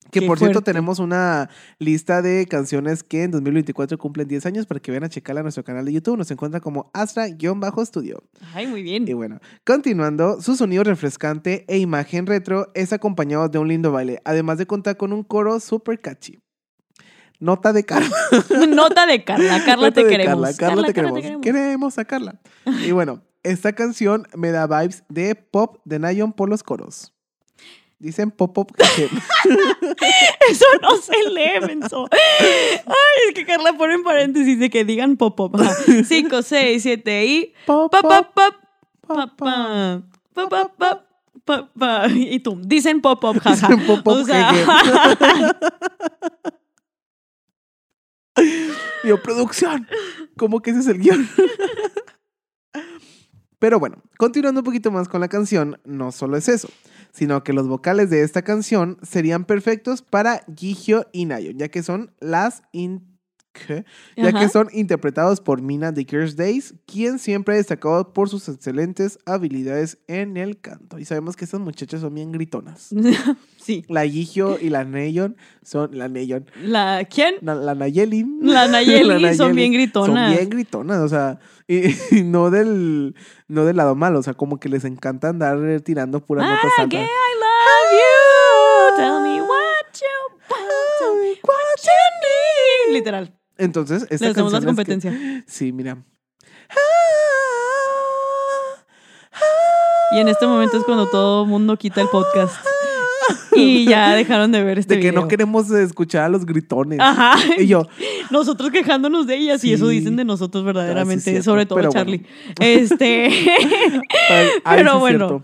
[SPEAKER 2] que
[SPEAKER 1] qué
[SPEAKER 2] por cierto,
[SPEAKER 1] fuerte.
[SPEAKER 2] tenemos una lista de canciones que en 2024 cumplen 10 años para que vayan a checarla en nuestro canal de YouTube. Nos encuentra como Astra-Studio.
[SPEAKER 1] Ay, muy bien.
[SPEAKER 2] Y bueno, continuando, su sonido refrescante e imagen retro es acompañado de un lindo baile, además de contar con un coro super catchy. Nota de Carla.
[SPEAKER 1] Nota de Carla. Carla,
[SPEAKER 2] Nota
[SPEAKER 1] te
[SPEAKER 2] de
[SPEAKER 1] queremos.
[SPEAKER 2] Carla, Carla, te queremos. Queremos a Carla. Y bueno, esta canción me da vibes de pop de Nayon por los coros. Dicen pop pop. que-
[SPEAKER 1] Eso no se lee, menso. Ay, es que Carla pone en paréntesis de que digan pop, pop. 5, 6, 7 y...
[SPEAKER 2] pop
[SPEAKER 1] Pa, pa, pa,
[SPEAKER 2] pop,
[SPEAKER 1] pa,
[SPEAKER 2] pop.
[SPEAKER 1] pa, pa, pa, pa, pa, pa. Y tú, dicen pop, pop, jaja.
[SPEAKER 2] Dicen pop, pop,
[SPEAKER 1] O sea,
[SPEAKER 2] Yo, producción. ¿Cómo que ese es el guión? Pero bueno, continuando un poquito más con la canción, no solo es eso, sino que los vocales de esta canción serían perfectos para Gigio y Nayo, ya que son las in- ¿qué? ya
[SPEAKER 1] Ajá.
[SPEAKER 2] que son interpretados por Mina de Girls Days, quien siempre ha destacado por sus excelentes habilidades en el canto. Y sabemos que estas muchachas son bien gritonas.
[SPEAKER 1] sí.
[SPEAKER 2] La Gigio y la Neyon son la Neyon,
[SPEAKER 1] La, ¿Quién?
[SPEAKER 2] la, la Nayeli.
[SPEAKER 1] La Nayeli, son bien gritonas.
[SPEAKER 2] Son bien gritonas, o sea, y, y no del no del lado malo, o sea, como que les encanta andar eh, tirando puras
[SPEAKER 1] Ah,
[SPEAKER 2] notas
[SPEAKER 1] que I
[SPEAKER 2] altas. Ah.
[SPEAKER 1] love you. Tell me what you want. What you need. Literal.
[SPEAKER 2] Entonces, esta
[SPEAKER 1] Les damos
[SPEAKER 2] canción
[SPEAKER 1] las
[SPEAKER 2] es que-
[SPEAKER 1] competencias.
[SPEAKER 2] sí, mira.
[SPEAKER 1] Y en este momento es cuando todo el mundo quita el podcast. Y ya dejaron de ver este
[SPEAKER 2] De que no
[SPEAKER 1] video.
[SPEAKER 2] queremos escuchar a los gritones.
[SPEAKER 1] Ajá.
[SPEAKER 2] Y yo,
[SPEAKER 1] Nosotros quejándonos de ellas y eso
[SPEAKER 2] Sí.
[SPEAKER 1] dicen de nosotros
[SPEAKER 2] Ah, sí,
[SPEAKER 1] verdaderamente,
[SPEAKER 2] es cierto.
[SPEAKER 1] sobre todo
[SPEAKER 2] Pero
[SPEAKER 1] Charlie. Este,
[SPEAKER 2] ay, ay,
[SPEAKER 1] Pero
[SPEAKER 2] sí es
[SPEAKER 1] bueno.
[SPEAKER 2] cierto.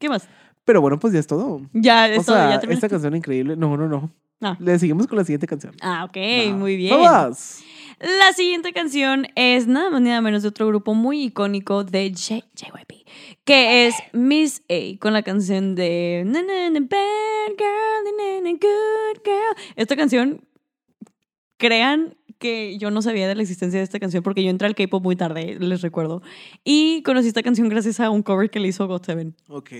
[SPEAKER 1] ¿qué más?
[SPEAKER 2] Pero bueno, pues ya es todo.
[SPEAKER 1] Ya
[SPEAKER 2] o
[SPEAKER 1] es todo,
[SPEAKER 2] sea,
[SPEAKER 1] ya terminé.
[SPEAKER 2] esta canción increíble. No, no, no.
[SPEAKER 1] Ah.
[SPEAKER 2] Le seguimos con la siguiente canción.
[SPEAKER 1] Ah, ok,
[SPEAKER 2] Va.
[SPEAKER 1] muy bien.
[SPEAKER 2] Vamos.
[SPEAKER 1] La siguiente canción es nada más ni nada menos de otro grupo muy icónico de J- JYP, que es Miss A, con la canción de na, na, na, Bad Girl, na, na, na, Good Girl. Esta canción, crean que yo no sabía de la existencia de esta canción porque yo entré al K-pop muy tarde, les recuerdo. Y conocí esta canción gracias a un cover que le hizo got Seven.
[SPEAKER 2] Ok,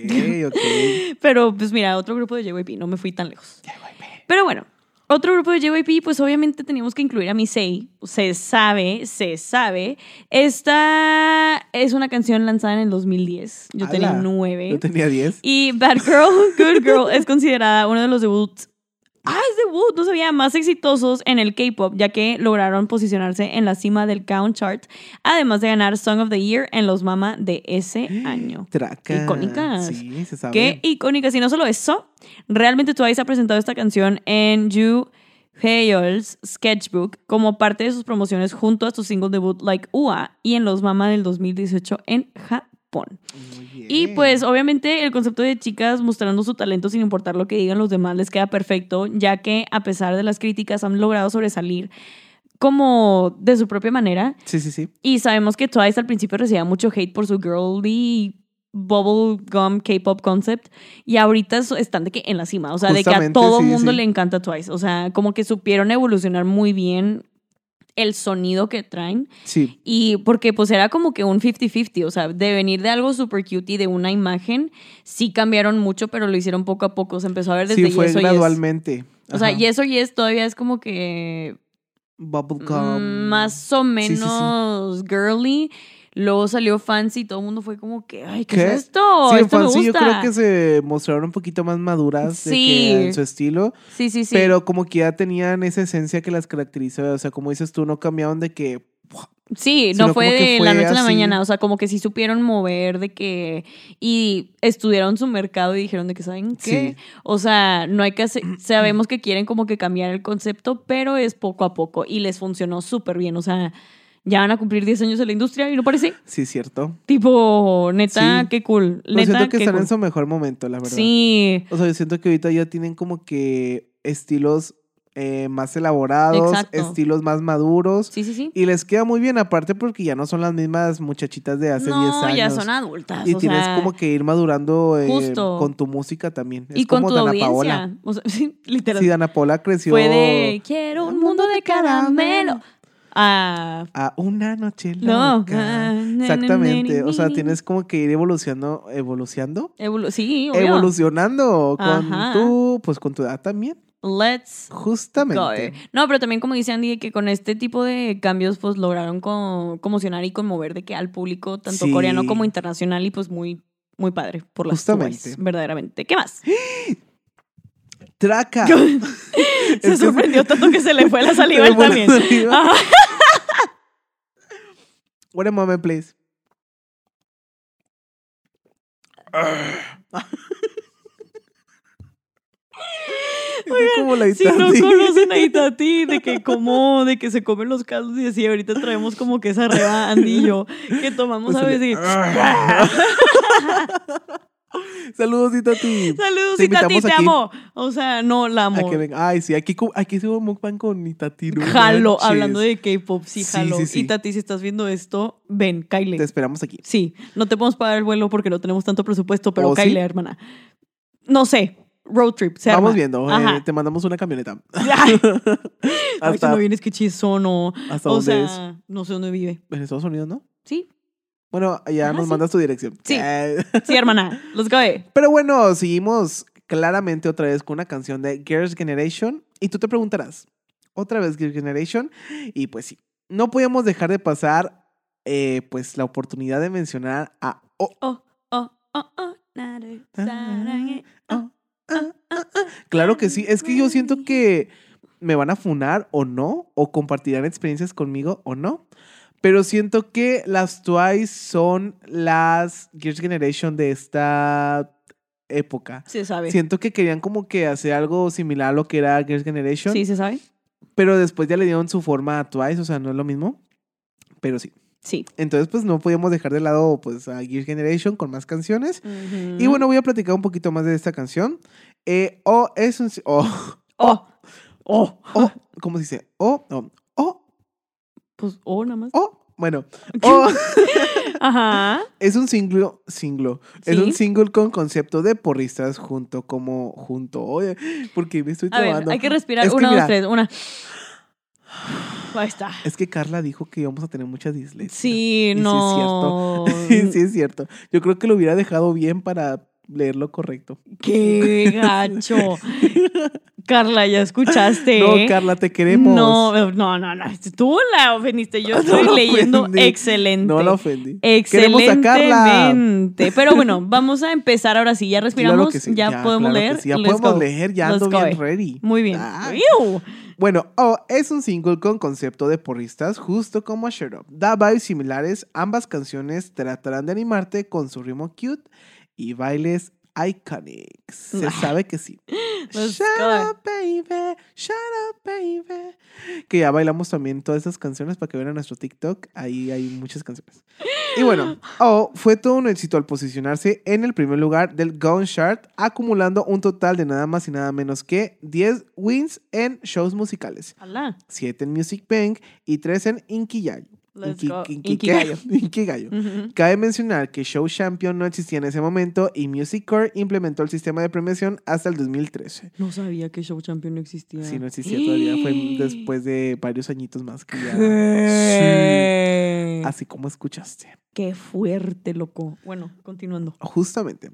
[SPEAKER 2] ok.
[SPEAKER 1] Pero pues mira, otro grupo de JYP, no me fui tan lejos. Pero bueno, otro grupo de JYP, pues obviamente teníamos que incluir a Misei. Se sabe, se sabe. Esta es una canción lanzada en el 2010. Yo tenía
[SPEAKER 2] Ala,
[SPEAKER 1] nueve.
[SPEAKER 2] Yo tenía 10.
[SPEAKER 1] Y Bad Girl, Good Girl es considerada uno de los debuts. Ah, es debut, no sabía, más exitosos en el K-pop, ya que lograron posicionarse en la cima del Count Chart, además de ganar Song of the Year en los Mama de ese año.
[SPEAKER 2] Traca.
[SPEAKER 1] Icónicas.
[SPEAKER 2] Sí, se sabe.
[SPEAKER 1] Qué icónica. Si no solo eso, realmente Twice ha presentado esta canción en You Hale's Sketchbook como parte de sus promociones junto a su single debut Like Ua y en Los Mama del 2018 en Japón.
[SPEAKER 2] Muy bien.
[SPEAKER 1] Y pues obviamente el concepto de chicas mostrando su talento sin importar lo que digan los demás les queda perfecto, ya que a pesar de las críticas han logrado sobresalir como de su propia manera
[SPEAKER 2] Sí, sí, sí.
[SPEAKER 1] y sabemos que Twice al principio recibía mucho hate por su girly bubblegum K-pop concept y ahorita so- están de que en la cima, o sea, de que
[SPEAKER 2] Justamente,
[SPEAKER 1] a todo
[SPEAKER 2] sí,
[SPEAKER 1] mundo
[SPEAKER 2] sí.
[SPEAKER 1] le encanta Twice, o sea, como que supieron evolucionar muy bien el sonido que traen
[SPEAKER 2] Sí.
[SPEAKER 1] y porque pues era como que un 50-50, o sea, de venir de algo super cute y de una imagen, sí cambiaron mucho, pero lo hicieron poco a poco, se empezó a ver desde
[SPEAKER 2] sí, fue
[SPEAKER 1] Yes o Yes.
[SPEAKER 2] gradualmente.
[SPEAKER 1] O sea,
[SPEAKER 2] Ajá.
[SPEAKER 1] Yes o Yes todavía es como que
[SPEAKER 2] Bubblegum.
[SPEAKER 1] Mm, más o
[SPEAKER 2] sí, sí.
[SPEAKER 1] menos girly. Luego salió Fancy y todo el mundo fue como que, ay, ¿qué,
[SPEAKER 2] ¿Qué?
[SPEAKER 1] es esto?
[SPEAKER 2] Sí, en
[SPEAKER 1] oh, esto
[SPEAKER 2] Fancy
[SPEAKER 1] me
[SPEAKER 2] yo
[SPEAKER 1] gusta.
[SPEAKER 2] creo que se mostraron un poquito más maduras de
[SPEAKER 1] Sí.
[SPEAKER 2] que en su estilo,
[SPEAKER 1] Sí, sí, sí.
[SPEAKER 2] pero como que ya tenían esa esencia que las caracterizó, o sea, como dices tú, no cambiaron de que
[SPEAKER 1] sí,
[SPEAKER 2] sino
[SPEAKER 1] no fue
[SPEAKER 2] como que
[SPEAKER 1] de
[SPEAKER 2] fue
[SPEAKER 1] la noche a la
[SPEAKER 2] así.
[SPEAKER 1] mañana. O sea, como que sí supieron mover de que. Y estudiaron su mercado y dijeron de que, ¿saben qué?
[SPEAKER 2] Sí.
[SPEAKER 1] O sea, no hay que hacer. Sabemos que quieren como que cambiar el concepto, pero es poco a poco. Y les funcionó súper bien. O sea, ya van a cumplir 10 años en la industria y no parece.
[SPEAKER 2] sí es cierto.
[SPEAKER 1] Tipo, neta,
[SPEAKER 2] Sí.
[SPEAKER 1] qué cool.
[SPEAKER 2] Pero
[SPEAKER 1] Neta,
[SPEAKER 2] siento que
[SPEAKER 1] qué
[SPEAKER 2] están en
[SPEAKER 1] cool.
[SPEAKER 2] su mejor momento, la verdad.
[SPEAKER 1] Sí.
[SPEAKER 2] O sea, yo siento que ahorita ya tienen como que estilos eh, más elaborados,
[SPEAKER 1] Exacto.
[SPEAKER 2] estilos más maduros.
[SPEAKER 1] Sí, sí, sí.
[SPEAKER 2] Y les queda muy bien, aparte porque ya no son las mismas muchachitas de hace 10
[SPEAKER 1] no,
[SPEAKER 2] años.
[SPEAKER 1] ya son adultas.
[SPEAKER 2] Y
[SPEAKER 1] o
[SPEAKER 2] tienes
[SPEAKER 1] sea,
[SPEAKER 2] como que ir madurando eh,
[SPEAKER 1] Justo.
[SPEAKER 2] con tu música también. Es
[SPEAKER 1] y con tu
[SPEAKER 2] como Dana Paola.
[SPEAKER 1] audiencia. O sea, sí, literal.
[SPEAKER 2] Sí, Dana Paola creció
[SPEAKER 1] Fue de quiero un mundo de caramelo. Ah,
[SPEAKER 2] a una noche
[SPEAKER 1] No.
[SPEAKER 2] loca.
[SPEAKER 1] Ah, na, na,
[SPEAKER 2] Exactamente.
[SPEAKER 1] na, na,
[SPEAKER 2] O sea,
[SPEAKER 1] na.
[SPEAKER 2] tienes como que ir evolucionando, evolucionando,
[SPEAKER 1] evolu- sí, obvio.
[SPEAKER 2] evolucionando con
[SPEAKER 1] Ajá.
[SPEAKER 2] tu, pues con tu edad también.
[SPEAKER 1] Let's go. eh.
[SPEAKER 2] Justamente.
[SPEAKER 1] No, pero también como dice Andy, que con este tipo de cambios pues lograron co- conmocionar y conmover de que al público, tanto
[SPEAKER 2] Sí.
[SPEAKER 1] coreano como internacional, y pues muy, muy padre por las
[SPEAKER 2] Justamente.
[SPEAKER 1] Justamente. verdaderamente. ¿Qué más?
[SPEAKER 2] Traca. que
[SPEAKER 1] se
[SPEAKER 2] es-
[SPEAKER 1] sorprendió tanto que se le fue la saliva
[SPEAKER 2] Se
[SPEAKER 1] a él
[SPEAKER 2] me fue la
[SPEAKER 1] también. Ah.
[SPEAKER 2] saliva.
[SPEAKER 1] Ajá.
[SPEAKER 2] What a moment, please. Estoy como la
[SPEAKER 1] Si no
[SPEAKER 2] Itati.
[SPEAKER 1] conocen a Itati, de que como, de que se comen los caldos y así, ahorita traemos como que esa reba Andy y yo, que tomamos a "Ah".
[SPEAKER 2] Pues,
[SPEAKER 1] veces.
[SPEAKER 2] Saludos, Itati.
[SPEAKER 1] Saludos,
[SPEAKER 2] Te
[SPEAKER 1] Itati,
[SPEAKER 2] invitamos
[SPEAKER 1] te
[SPEAKER 2] aquí.
[SPEAKER 1] amo. O sea, no, la
[SPEAKER 2] A
[SPEAKER 1] amo.
[SPEAKER 2] que venga. Ay, sí, aquí, cu- aquí se va un mukbang con Itati. ¿no?
[SPEAKER 1] Jalo,
[SPEAKER 2] Manches.
[SPEAKER 1] hablando de K-pop, sí,
[SPEAKER 2] Sí,
[SPEAKER 1] jalo.
[SPEAKER 2] sí, sí.
[SPEAKER 1] Itati, si estás viendo esto, ven, Kyle.
[SPEAKER 2] Te esperamos aquí.
[SPEAKER 1] Sí, no te podemos pagar el vuelo porque no tenemos tanto presupuesto, pero
[SPEAKER 2] ¿O Oh, sí?
[SPEAKER 1] Kyle, hermana. No sé, road trip, se
[SPEAKER 2] Vamos
[SPEAKER 1] arma.
[SPEAKER 2] viendo. eh,
[SPEAKER 1] Ajá.
[SPEAKER 2] te mandamos una camioneta.
[SPEAKER 1] Ay, Ay, si
[SPEAKER 2] Hasta,
[SPEAKER 1] no vienes, qué chizón, o,
[SPEAKER 2] hasta
[SPEAKER 1] o
[SPEAKER 2] donde
[SPEAKER 1] sea, no sé dónde vive.
[SPEAKER 2] es. En Estados Unidos, ¿no?
[SPEAKER 1] Sí,
[SPEAKER 2] Bueno, ya
[SPEAKER 1] Ah,
[SPEAKER 2] nos
[SPEAKER 1] sí.
[SPEAKER 2] mandas tu dirección.
[SPEAKER 1] Sí.
[SPEAKER 2] Eh,
[SPEAKER 1] sí, hermana, los cabe.
[SPEAKER 2] Pero bueno, seguimos claramente otra vez con una canción de Girls' Generation. Y tú te preguntarás, ¿otra vez Girls' Generation? Y pues sí, no podíamos dejar de pasar eh, pues la oportunidad de mencionar a... Oh,
[SPEAKER 1] 어, 어, 어, 어, 나를 사랑해.
[SPEAKER 2] oh, ah, ah, ah. Claro que sí, es que yo siento que me van a funar o no, o compartirán experiencias conmigo o no. Pero siento que las Twice son las Girls' Generation de esta época.
[SPEAKER 1] Se sabe.
[SPEAKER 2] Siento que querían como que hacer algo similar a lo que era Girls' Generation.
[SPEAKER 1] Sí, se sabe.
[SPEAKER 2] Pero después ya le dieron su forma a Twice, o sea, no es lo mismo. Pero sí.
[SPEAKER 1] Sí.
[SPEAKER 2] Entonces, pues no podíamos dejar de lado pues a Girls' Generation con más canciones. Y bueno, voy a platicar un poquito más de esta canción. Eh, o es un... O,
[SPEAKER 1] oh,
[SPEAKER 2] o, o, ¿cómo se dice? O, no, o,
[SPEAKER 1] pues oh, nada más.
[SPEAKER 2] o, bueno. O
[SPEAKER 1] Ajá.
[SPEAKER 2] es un single, single. Es
[SPEAKER 1] Sí.
[SPEAKER 2] un single con concepto de porristas junto como, junto. Oye, porque me estoy
[SPEAKER 1] A ver,
[SPEAKER 2] trabando.
[SPEAKER 1] hay que respirar.
[SPEAKER 2] Es que
[SPEAKER 1] una,
[SPEAKER 2] mira.
[SPEAKER 1] dos, tres. Una. Ahí está.
[SPEAKER 2] Es que Carla dijo que íbamos a tener muchas dislexias.
[SPEAKER 1] Sí,
[SPEAKER 2] es
[SPEAKER 1] no.
[SPEAKER 2] Sí, sí, es cierto. Yo creo que lo hubiera dejado bien para leer lo correcto.
[SPEAKER 1] Qué gacho. Carla, ya escuchaste.
[SPEAKER 2] No,
[SPEAKER 1] ¿eh?
[SPEAKER 2] Carla, te queremos.
[SPEAKER 1] No, no, no, no. Tú la ofendiste. Yo
[SPEAKER 2] No
[SPEAKER 1] estoy
[SPEAKER 2] la
[SPEAKER 1] leyendo
[SPEAKER 2] ofendí.
[SPEAKER 1] excelente.
[SPEAKER 2] No la ofendí.
[SPEAKER 1] Eh,
[SPEAKER 2] Queremos a Carla.
[SPEAKER 1] Excelentemente. Pero bueno, vamos a empezar ahora sí. Ya respiramos,
[SPEAKER 2] Claro que sí,
[SPEAKER 1] ya, podemos
[SPEAKER 2] claro que
[SPEAKER 1] leer.
[SPEAKER 2] sí, ya
[SPEAKER 1] Let's
[SPEAKER 2] podemos
[SPEAKER 1] go.
[SPEAKER 2] leer, ya
[SPEAKER 1] Let's
[SPEAKER 2] ando
[SPEAKER 1] go.
[SPEAKER 2] bien ready.
[SPEAKER 1] Muy bien.
[SPEAKER 2] Ah.
[SPEAKER 1] Iu.
[SPEAKER 2] Bueno, oh, es un single con concepto de porristas, justo como Shut Up. Da vibes similares, ambas canciones tratarán de animarte con su ritmo cute y bailes iconics. Se
[SPEAKER 1] Ah.
[SPEAKER 2] sabe que sí.
[SPEAKER 1] Let's
[SPEAKER 2] Shut
[SPEAKER 1] go.
[SPEAKER 2] up, baby, shut up, baby. Que ya bailamos también todas esas canciones para que vean en nuestro TikTok. Ahí hay muchas canciones. Y bueno, O fue todo un éxito al posicionarse en el primer lugar del Gone Chart, acumulando un total de nada más y nada menos que 10 wins en shows musicales,
[SPEAKER 1] Ala.
[SPEAKER 2] 7 en Music Bank y 3 en Inkigayo.
[SPEAKER 1] Let's
[SPEAKER 2] Inki-
[SPEAKER 1] go. Mm.
[SPEAKER 2] Inki-
[SPEAKER 1] Inkigayo.
[SPEAKER 2] Inkigayo.
[SPEAKER 1] Ujú.
[SPEAKER 2] Cabe mencionar que Show Champion no existía en ese momento y Music Core implementó el sistema de premiación hasta el 2013.
[SPEAKER 1] No sabía que Show Champion no existía.
[SPEAKER 2] Sí, no existía todavía. Fue después de varios añitos más que ya.
[SPEAKER 1] ¿Qué?
[SPEAKER 2] Así como escuchaste.
[SPEAKER 1] Qué fuerte, loco. Bueno, continuando.
[SPEAKER 2] Justamente.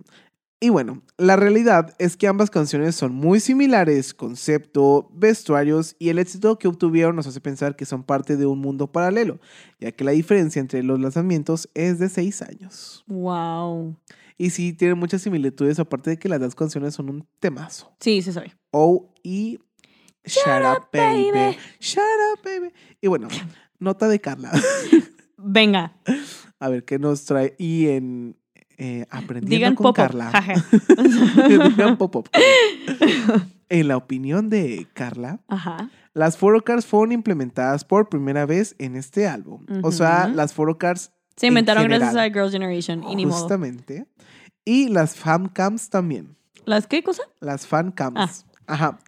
[SPEAKER 2] Y bueno, la realidad es que ambas canciones son muy similares, concepto, vestuarios y el éxito que obtuvieron nos hace pensar que son parte de un mundo paralelo, ya que la diferencia entre los lanzamientos es de seis años.
[SPEAKER 1] Wow.
[SPEAKER 2] Y sí, tienen muchas similitudes, aparte de que las dos canciones son un temazo.
[SPEAKER 1] Sí, se sabe.
[SPEAKER 2] Oh y Shut, up, baby.
[SPEAKER 1] baby.
[SPEAKER 2] Shut up, baby. Y bueno, nota de Carla.
[SPEAKER 1] Venga,
[SPEAKER 2] A ver qué nos trae. Y en eh, Aprendiendo
[SPEAKER 1] digan
[SPEAKER 2] con
[SPEAKER 1] pop.
[SPEAKER 2] Carla. Digan pop-up. En la opinión de Carla,
[SPEAKER 1] Ajá.
[SPEAKER 2] las photocards fueron implementadas por primera vez en este álbum. O sea,
[SPEAKER 1] Ujú.
[SPEAKER 2] las photocards
[SPEAKER 1] Se
[SPEAKER 2] En
[SPEAKER 1] inventaron gracias
[SPEAKER 2] general.
[SPEAKER 1] a Girls' Generation. Y ni modo.
[SPEAKER 2] justamente. Y las fancams también.
[SPEAKER 1] ¿Las qué cosa?
[SPEAKER 2] Las fancams.
[SPEAKER 1] Ah.
[SPEAKER 2] Ajá.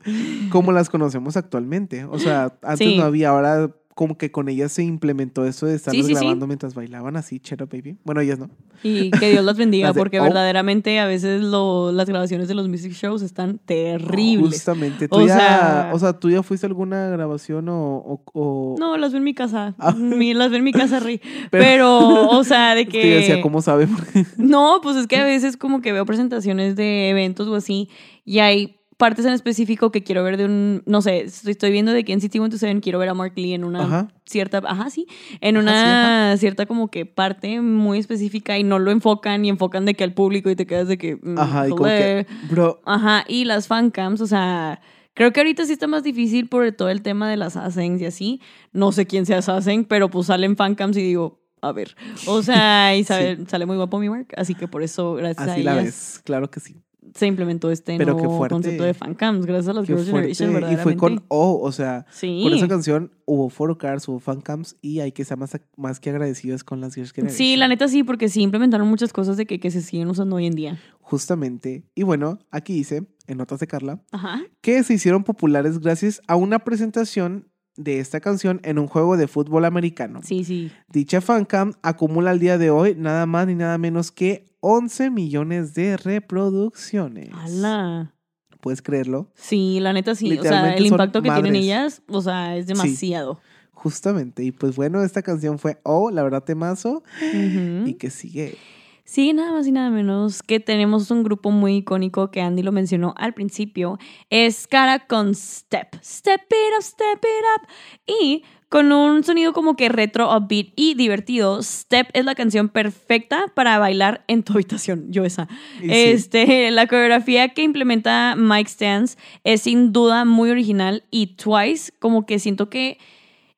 [SPEAKER 2] Como las conocemos actualmente. O sea, antes
[SPEAKER 1] Sí.
[SPEAKER 2] no había, ahora como que con ellas se implementó eso de estarlas
[SPEAKER 1] Sí, sí, sí.
[SPEAKER 2] grabando mientras bailaban así, chero baby. Bueno, ellas no.
[SPEAKER 1] Y que Dios las bendiga,
[SPEAKER 2] Las de,
[SPEAKER 1] porque
[SPEAKER 2] oh.
[SPEAKER 1] verdaderamente a veces lo- las grabaciones de los music shows están terribles.
[SPEAKER 2] Justamente. ¿Tú
[SPEAKER 1] O
[SPEAKER 2] ya,
[SPEAKER 1] sea-
[SPEAKER 2] o sea, ¿tú ya fuiste a alguna grabación o...? o- o-
[SPEAKER 1] No, las veo en mi casa.
[SPEAKER 2] Ah.
[SPEAKER 1] Mi- las veo en mi casa, Ri. Pero, o sea, de
[SPEAKER 2] Es que yo
[SPEAKER 1] que...
[SPEAKER 2] decía, ¿cómo sabe? Porque-
[SPEAKER 1] No, pues es que a veces como que veo presentaciones de eventos o así y hay partes en específico que quiero ver de un, no sé, estoy, estoy viendo de que en City 127 quiero ver a Mark Lee en una
[SPEAKER 2] Ajá.
[SPEAKER 1] cierta, ajá, sí, en
[SPEAKER 2] Ajá,
[SPEAKER 1] una cierta como que parte muy específica y no lo enfocan y enfocan de que al público y te quedas de que... mm,
[SPEAKER 2] Ajá, y como
[SPEAKER 1] joder.
[SPEAKER 2] que... Bro,
[SPEAKER 1] Ajá, y las fancams, o sea, creo que ahorita sí está más difícil por todo el tema de las asens y así. No sé quién sea asen, pero pues salen fancams y digo, a ver. O sea, y sale, sale muy guapo mi Mark, así que por eso, gracias
[SPEAKER 2] así
[SPEAKER 1] a
[SPEAKER 2] la
[SPEAKER 1] ellas,
[SPEAKER 2] ves. Claro que sí.
[SPEAKER 1] se implementó este
[SPEAKER 2] Pero qué
[SPEAKER 1] nuevo
[SPEAKER 2] fuerte.
[SPEAKER 1] concepto de fancams, gracias a las
[SPEAKER 2] Qué
[SPEAKER 1] Girls'
[SPEAKER 2] fuerte.
[SPEAKER 1] Generation,
[SPEAKER 2] Y fue
[SPEAKER 1] verdaderamente.
[SPEAKER 2] con O, o sea...
[SPEAKER 1] Sí.
[SPEAKER 2] Con esa canción hubo forocars, hubo fancams y hay que estar más, más que agradecidos con las Girls Generation.
[SPEAKER 1] Sí, la neta sí, porque sí implementaron muchas cosas de que, que se siguen usando hoy en día.
[SPEAKER 2] Justamente. Y bueno, aquí dice, en notas de Carla,
[SPEAKER 1] Ajá.
[SPEAKER 2] que se hicieron populares gracias a una presentación de esta canción en un juego de fútbol americano.
[SPEAKER 1] Sí, sí.
[SPEAKER 2] Dicha fancam acumula al día de hoy nada más ni nada menos que 11 millones de reproducciones.
[SPEAKER 1] ¡Hala!
[SPEAKER 2] ¿Puedes creerlo?
[SPEAKER 1] Sí, la neta sí. O sea,
[SPEAKER 2] Literalmente
[SPEAKER 1] el
[SPEAKER 2] son
[SPEAKER 1] impacto que tienen
[SPEAKER 2] madres.
[SPEAKER 1] ellas, o sea, es demasiado.
[SPEAKER 2] Justamente. Y pues bueno, esta canción fue Oh, la verdad temazo.
[SPEAKER 1] Ujú.
[SPEAKER 2] Y que sigue.
[SPEAKER 1] Sí, nada más y nada menos que tenemos un grupo muy icónico que Andy lo mencionó al principio. Es Cara con Step. Step it up, step it up. Y con un sonido como que retro, upbeat y divertido, Step es la canción perfecta para bailar en tu habitación. Yo esa.
[SPEAKER 2] Y sí.
[SPEAKER 1] Este, la coreografía que implementa Mike Stans es sin duda muy original y Twice como que siento que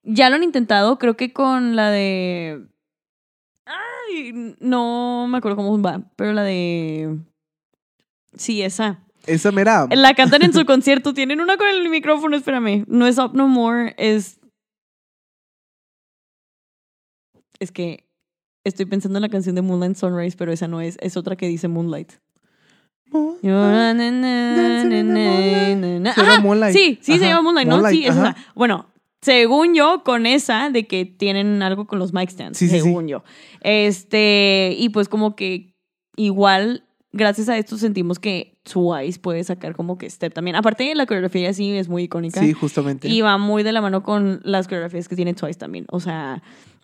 [SPEAKER 1] ya lo han intentado, creo que con la de Ay, no me acuerdo cómo va, pero la de Sí, esa.
[SPEAKER 2] Esa mera.
[SPEAKER 1] La cantan en su concierto, tienen una con el micrófono, espérame. No es Up No More, es Es que estoy pensando en la canción de Moonlight Sunrise, pero esa no es, es otra que dice Moonlight.
[SPEAKER 2] Ah, Se llama
[SPEAKER 1] Ajá,
[SPEAKER 2] Moonlight.
[SPEAKER 1] Ah, Sí, sí se
[SPEAKER 2] Ajá,
[SPEAKER 1] llama Moonlight, ¿no?
[SPEAKER 2] Moonlight,
[SPEAKER 1] Sí, es
[SPEAKER 2] ajá.
[SPEAKER 1] esa. Bueno, según yo, con esa de que tienen algo con los mic stands,
[SPEAKER 2] Sí, sí, sí.
[SPEAKER 1] según yo. Este, y pues como que igual, gracias a esto sentimos que Twice puede sacar como que Step también. Aparte, la coreografía sí es muy icónica.
[SPEAKER 2] Sí, justamente.
[SPEAKER 1] Y va muy de la mano con las coreografías que tiene Twice también. O sea,